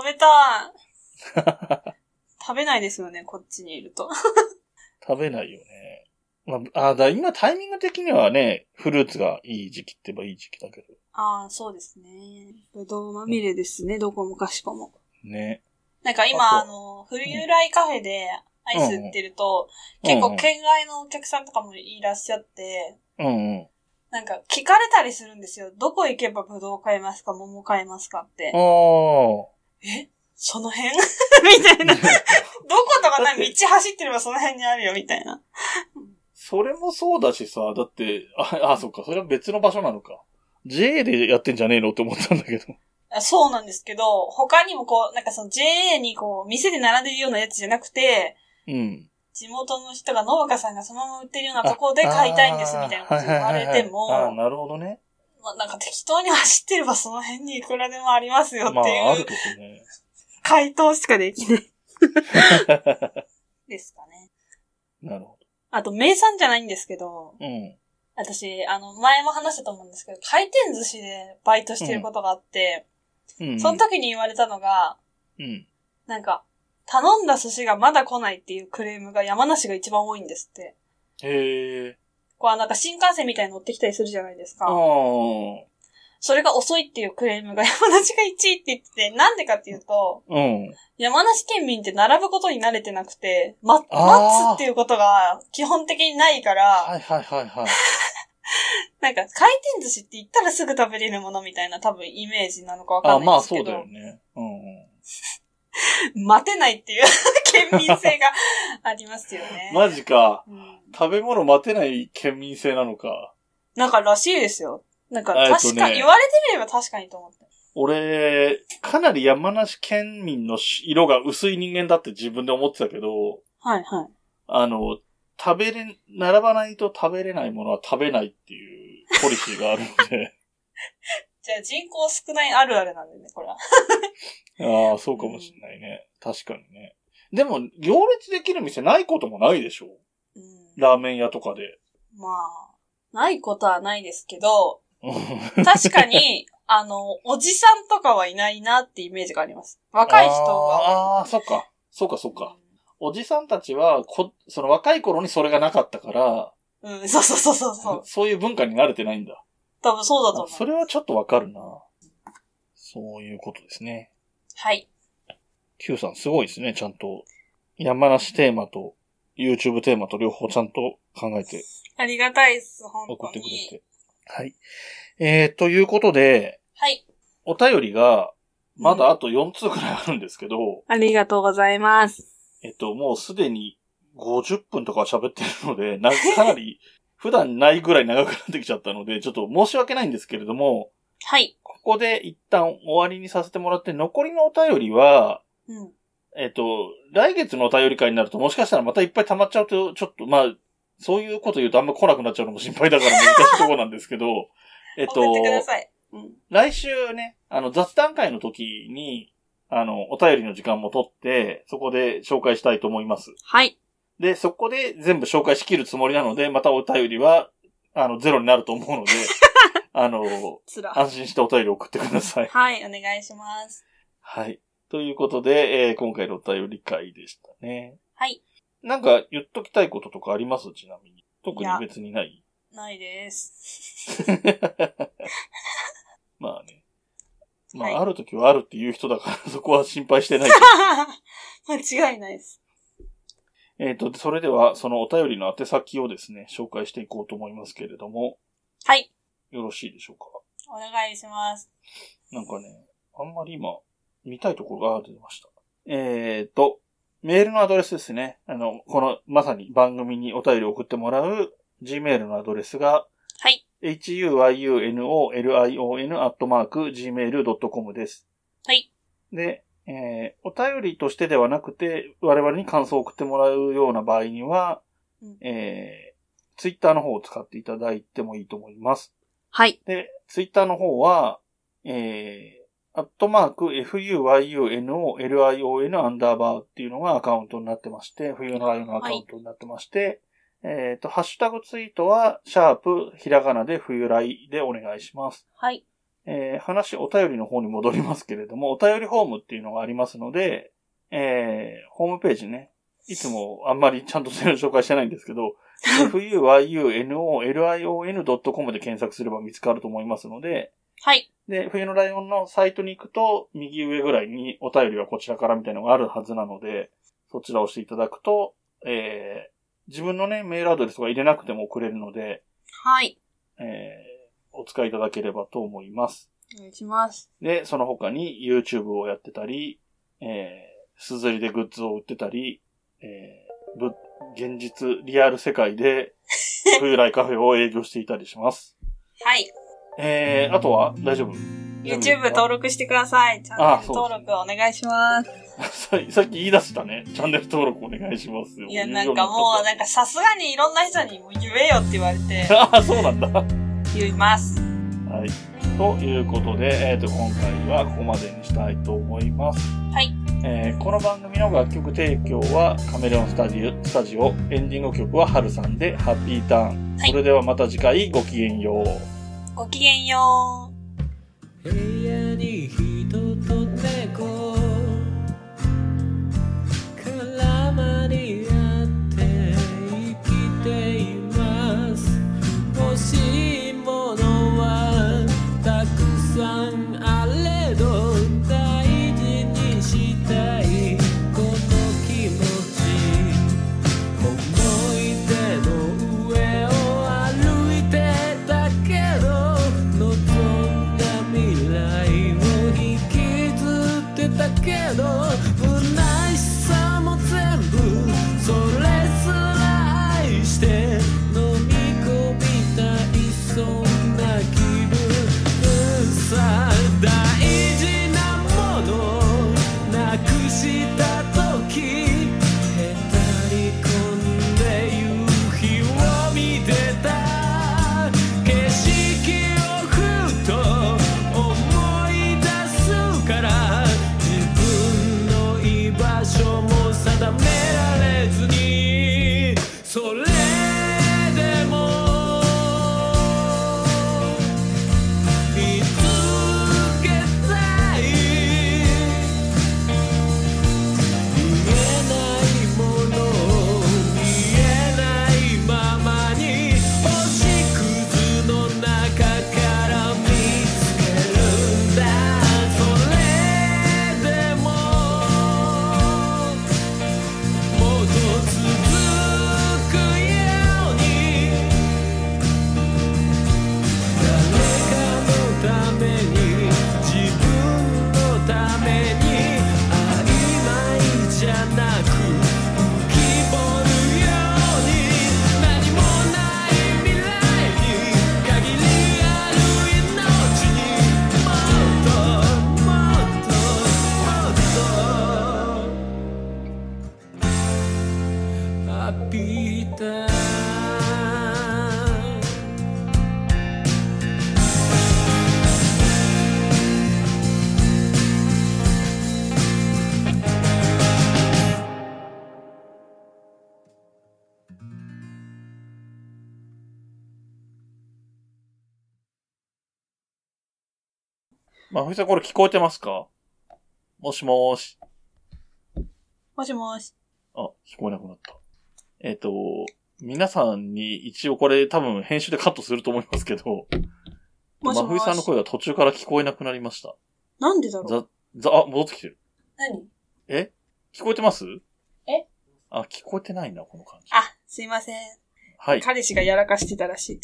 [SPEAKER 2] 食べた
[SPEAKER 1] (laughs)
[SPEAKER 2] い。食べないですよね、こっちにいると。
[SPEAKER 1] 食べないよね。まあ、あだ今タイミング的にはね、フルーツがいい時期って言えばいい時期だけど。
[SPEAKER 2] ああ、そうですね。ぶどうまみれですね、どこもかしこも。
[SPEAKER 1] ね。
[SPEAKER 2] なんか今、
[SPEAKER 1] あ
[SPEAKER 2] あの、フリューライカフェで、アイス売ってると、結構県外のお客さんとかもいらっしゃって、
[SPEAKER 1] うんうん。
[SPEAKER 2] なんか聞かれたりするんですよ。どこ行けばブドウ買えますか桃買えますかって。
[SPEAKER 1] あ
[SPEAKER 2] えその辺 (laughs) みたい
[SPEAKER 1] (laughs)
[SPEAKER 2] な。どことかな道走ってればその辺にあるよ、みたいな。
[SPEAKER 1] あ。それもそうだしさ、だって、あ、あ、そっか、それは別の場所なのか。JA でやってんじゃねえのって思ったんだけど。
[SPEAKER 2] あそうなんですけど、他にもこう、なんかその JA にこう、店で並んでるようなやつじゃなくて、
[SPEAKER 1] うん。
[SPEAKER 2] 地元の人が農家さんがそのまま売ってるようなとこで買いたいんです、みたいなこと言われて
[SPEAKER 1] あーはいはいはいはいあー、
[SPEAKER 2] も、
[SPEAKER 1] なるほどね。
[SPEAKER 2] まあ、なんか適当に走ってればその辺にいくらでもありますよって
[SPEAKER 1] まあ、あ
[SPEAKER 2] い
[SPEAKER 1] る
[SPEAKER 2] う
[SPEAKER 1] けどね。
[SPEAKER 2] 回答しかできない。ですかね。 (laughs)
[SPEAKER 1] なるほ
[SPEAKER 2] あと、名産じゃないんですけど、
[SPEAKER 1] ど。うん。
[SPEAKER 2] 私、あの、前も話したと思うんですけど、回転寿司でバイトしてることがあって、
[SPEAKER 1] うん。
[SPEAKER 2] その時に言われたのが、
[SPEAKER 1] うん。
[SPEAKER 2] なんか、頼んだ寿司がまだ来ないっていうクレームが山梨が一番多いんですって。
[SPEAKER 1] へえ。
[SPEAKER 2] こう、なんか新幹線みたいに乗ってきたりするじゃないです
[SPEAKER 1] ああ。
[SPEAKER 2] か。それが遅いっていうクレームが山梨が1位って言ってて、 (laughs) なんでかっていうと、
[SPEAKER 1] うん。
[SPEAKER 2] 山梨県民って並ぶことに慣れてなくて、ま、待
[SPEAKER 1] あ
[SPEAKER 2] つ
[SPEAKER 1] ー
[SPEAKER 2] っていうことが基本的にないから、
[SPEAKER 1] はいはいはいはい。
[SPEAKER 2] なんか回転寿司って言ったらすぐ食べれるものみたいな多分イメージなのかわか
[SPEAKER 1] あ
[SPEAKER 2] んな
[SPEAKER 1] ま
[SPEAKER 2] いん
[SPEAKER 1] あ
[SPEAKER 2] ですけ
[SPEAKER 1] そう
[SPEAKER 2] ど
[SPEAKER 1] だ、よね。うんうん。
[SPEAKER 2] 待てないっていう (laughs) 県民性がありますよ
[SPEAKER 1] (laughs)
[SPEAKER 2] ね。
[SPEAKER 1] マジか。
[SPEAKER 2] うん
[SPEAKER 1] 食べ物待てない県民性なのか。
[SPEAKER 2] なんからしいですよ。なんか、
[SPEAKER 1] えっとね
[SPEAKER 2] 確か、言われてみれば確かにと思って。
[SPEAKER 1] 俺、かなり山梨県民の色が薄い人間だって自分で思ってたけど、
[SPEAKER 2] はいはい。
[SPEAKER 1] あの、食べれ、並ばないと食べれないものは食べないっていうポリシーがあるので、
[SPEAKER 2] じゃあ人口少ないあるあるなんでね、これは。
[SPEAKER 1] ああ、そうかもしんないね。確かにね。でも、行列できる店ないこともないでしょ
[SPEAKER 2] うん、
[SPEAKER 1] ラーメン屋とかで。
[SPEAKER 2] まあ、ないことはないですけど、
[SPEAKER 1] うん
[SPEAKER 2] 確か
[SPEAKER 1] (laughs)
[SPEAKER 2] に、あの、おじさんとかはいないなってイメージがあります。若い人は。
[SPEAKER 1] あーあー、そっか。そっかそっか。
[SPEAKER 2] う
[SPEAKER 1] おじさんたちは、こ、その若い頃にそれがなかったから、
[SPEAKER 2] ん、うんそうそうそうそうそう。
[SPEAKER 1] そういう文化に慣れてないんだ。
[SPEAKER 2] 多分そうだと
[SPEAKER 1] あ
[SPEAKER 2] 思。
[SPEAKER 1] そうれはちょっとわかるな。そういうことですね。
[SPEAKER 2] はい。
[SPEAKER 1] Q さんすごいですね、ちゃんと。山梨テーマと YouTube テーマと両方ちゃんと考えて
[SPEAKER 2] ありがたいです、本
[SPEAKER 1] 送っ
[SPEAKER 2] 当
[SPEAKER 1] てくれ
[SPEAKER 2] に。
[SPEAKER 1] て。はい。えー、ということで、
[SPEAKER 2] はい。
[SPEAKER 1] お便りが、まだ
[SPEAKER 2] うん
[SPEAKER 1] あと4通くらいあるんですけど、
[SPEAKER 2] ありがとうございます。
[SPEAKER 1] えっと、もうすでに50分とか喋ってるので、な、かなり (laughs) 普段ないぐらい長くなってきちゃったので、ちょっと申し訳ないんですけれども、
[SPEAKER 2] はい。
[SPEAKER 1] ここで一旦終わりにさせてもらって、残りのお便りは、
[SPEAKER 2] うん。
[SPEAKER 1] えっと、来月のお便り会になるともしかしたらまたいっぱい溜まっちゃうと、ちょっと、まあ、そういうこと言うとあんま来なくなっちゃうのも心配だから難しいところなんですけど、えっ
[SPEAKER 2] (laughs)
[SPEAKER 1] と、
[SPEAKER 2] 送ってください。うん。
[SPEAKER 1] 来週ね、あの、雑談会の時に、あの、お便りの時間も取って、そこで紹介したいと思います。
[SPEAKER 2] はい。
[SPEAKER 1] で、そこで全部紹介しきるつもりなので、またお便りは、あの、ゼロになると思う
[SPEAKER 2] (laughs)
[SPEAKER 1] ので、あの、
[SPEAKER 2] つら。
[SPEAKER 1] 安心してお便り送ってください。
[SPEAKER 2] はい、お願いします。
[SPEAKER 1] はい。ということで、えー今回のお便り会でしたね。
[SPEAKER 2] はい。
[SPEAKER 1] なんか言っときたいこととかありますちなみに。特
[SPEAKER 2] い
[SPEAKER 1] に
[SPEAKER 2] や
[SPEAKER 1] 別にない
[SPEAKER 2] ないです。 (laughs)
[SPEAKER 1] まあね。まあ、
[SPEAKER 2] はい
[SPEAKER 1] ある時はあるっていう人だから、そこは心配してないけど。
[SPEAKER 2] 間違いないです。
[SPEAKER 1] えっと、それでは、そのお便りの宛先をですね、紹介していこうと思いますけれども、
[SPEAKER 2] はい。
[SPEAKER 1] よろしいでしょうか
[SPEAKER 2] お願いします。
[SPEAKER 1] なんかね、あんまり今、見たいところが出てました。えーと、メールのアドレスですね。あの、この、まさに番組にお便りを送ってもらう Gmail のアドレスが、
[SPEAKER 2] はい。
[SPEAKER 1] huiunolion.gmail.com です。
[SPEAKER 2] はい。
[SPEAKER 1] で、えーお便りとしてではなくて、我々に感想を送ってもらうような場合には
[SPEAKER 2] うん、
[SPEAKER 1] えー、Twitter の方を使っていただいてもいいと思います。
[SPEAKER 2] はい。
[SPEAKER 1] で、ツイッターの方は、えー、アットマーク、fuyunolion アンダーバーっていうのがアカウントになってまして、冬のライオンのアカウントになってまして、えっ、と、ハッシュタグツイートは、シャープ、ひらがなで冬ライでお願いします。
[SPEAKER 2] はい。
[SPEAKER 1] えー話、お便りの方に戻りますけれども、お便りホームっていうのがありますので、えーホームページね、いつもあんまりちゃんとそれを紹介してないんですけど、fuyunolion.com で検索すれば見つかると思いますので、
[SPEAKER 2] はい。
[SPEAKER 1] で、冬のライオンのサイトに行くと、右上ぐらいにお便りはこちらからみたいなのがあるはずなので、そちらを押していただくと、えー自分のね、メールアドレスとか入れなくても送れるので、
[SPEAKER 2] はい。
[SPEAKER 1] えーお使いいただければと思います。
[SPEAKER 2] お願いします。
[SPEAKER 1] で、その他に YouTube をやってたり、えー、すずりでグッズを売ってたり、えー、ぶ、現実、リアル世
[SPEAKER 2] (laughs)
[SPEAKER 1] 界で、冬来カフェを営業していたりします。
[SPEAKER 2] はい。
[SPEAKER 1] えー、あとは大丈夫 (laughs)
[SPEAKER 2] YouTube 登録してください。チャン
[SPEAKER 1] あ
[SPEAKER 2] ネル
[SPEAKER 1] そう
[SPEAKER 2] 登録お願いします。
[SPEAKER 1] ささっき言い出したね。チャンネル登録お願いしますよ。
[SPEAKER 2] いや、なんかもう、なんかさすがにいろんな人にもう言えよって言われ (laughs) て、
[SPEAKER 1] (laughs) ああ、そうなんだ。は
[SPEAKER 2] 言います。
[SPEAKER 1] い。ということで、えっ、と、今回はここまでにしたいと思います。
[SPEAKER 2] はい。
[SPEAKER 1] えーこの番組の楽曲提供はカメレオンスタジオ、スタジオ、エンディング曲はハルさんで、ハッピーターン。
[SPEAKER 2] はい
[SPEAKER 1] それではまた次回、ごきげんよう。
[SPEAKER 2] ごきげんよう。
[SPEAKER 3] 部屋に人と猫絡まり合って生きています欲しいものはたくさんあれど大事にしたいこの気持ち思い出の上を歩いてたけど望んだ未来を引きずってたけど不悔しさも全部それすら愛して飲み込みたいそんな気分さ大事なものなくした時へたり込んで夕日を見てた景色をふと思い出すから自分の居場所も定められずにそれでも「見つけたい」「見えないものを見えないままに星屑の中から見つけるんだ」「それでももっと続くように」誰かのために自分のために曖昧じゃなく浮き彫るように何もない未来に限りある命にもっともっともっとハッピーターン
[SPEAKER 1] まあ、ふみさんこれ聞こえてますかもしもーし。
[SPEAKER 2] もしもし。
[SPEAKER 1] あ、聞こえなくなった。えっ、と、皆さんに一応これ多分編集でカットすると思いますけど、
[SPEAKER 2] もし
[SPEAKER 1] 真冬
[SPEAKER 2] も
[SPEAKER 1] さんの
[SPEAKER 2] し。
[SPEAKER 1] 声が途中から聞こえなくなりました。
[SPEAKER 2] なんでだろう
[SPEAKER 1] ざ、ざ、あ、戻ってきてる。
[SPEAKER 2] 何
[SPEAKER 1] え聞こえてます
[SPEAKER 2] え
[SPEAKER 1] あ、聞こえてないな、この感じ。
[SPEAKER 2] あ、すいません。
[SPEAKER 1] はい。
[SPEAKER 2] 彼氏がやらかしてたら (laughs) しい。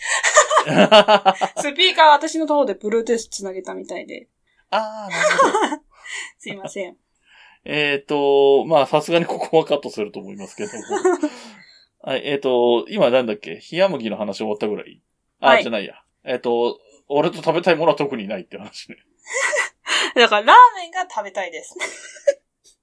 [SPEAKER 1] あ
[SPEAKER 2] スピーカーは私の方で Bluetooth つなげたみたいで。
[SPEAKER 1] あー、なるほど。
[SPEAKER 2] すいません。
[SPEAKER 1] えっと、まあ、さすがにここはカットすると思いますけど。
[SPEAKER 2] (laughs)
[SPEAKER 1] はい、えっ、と、今なんだっけ冷麦の話終わったぐらいあ、
[SPEAKER 2] はい
[SPEAKER 1] じゃないや。えっ、と、俺と食べたいものは特にないって話ね。
[SPEAKER 2] だからラーメンが食べたいです。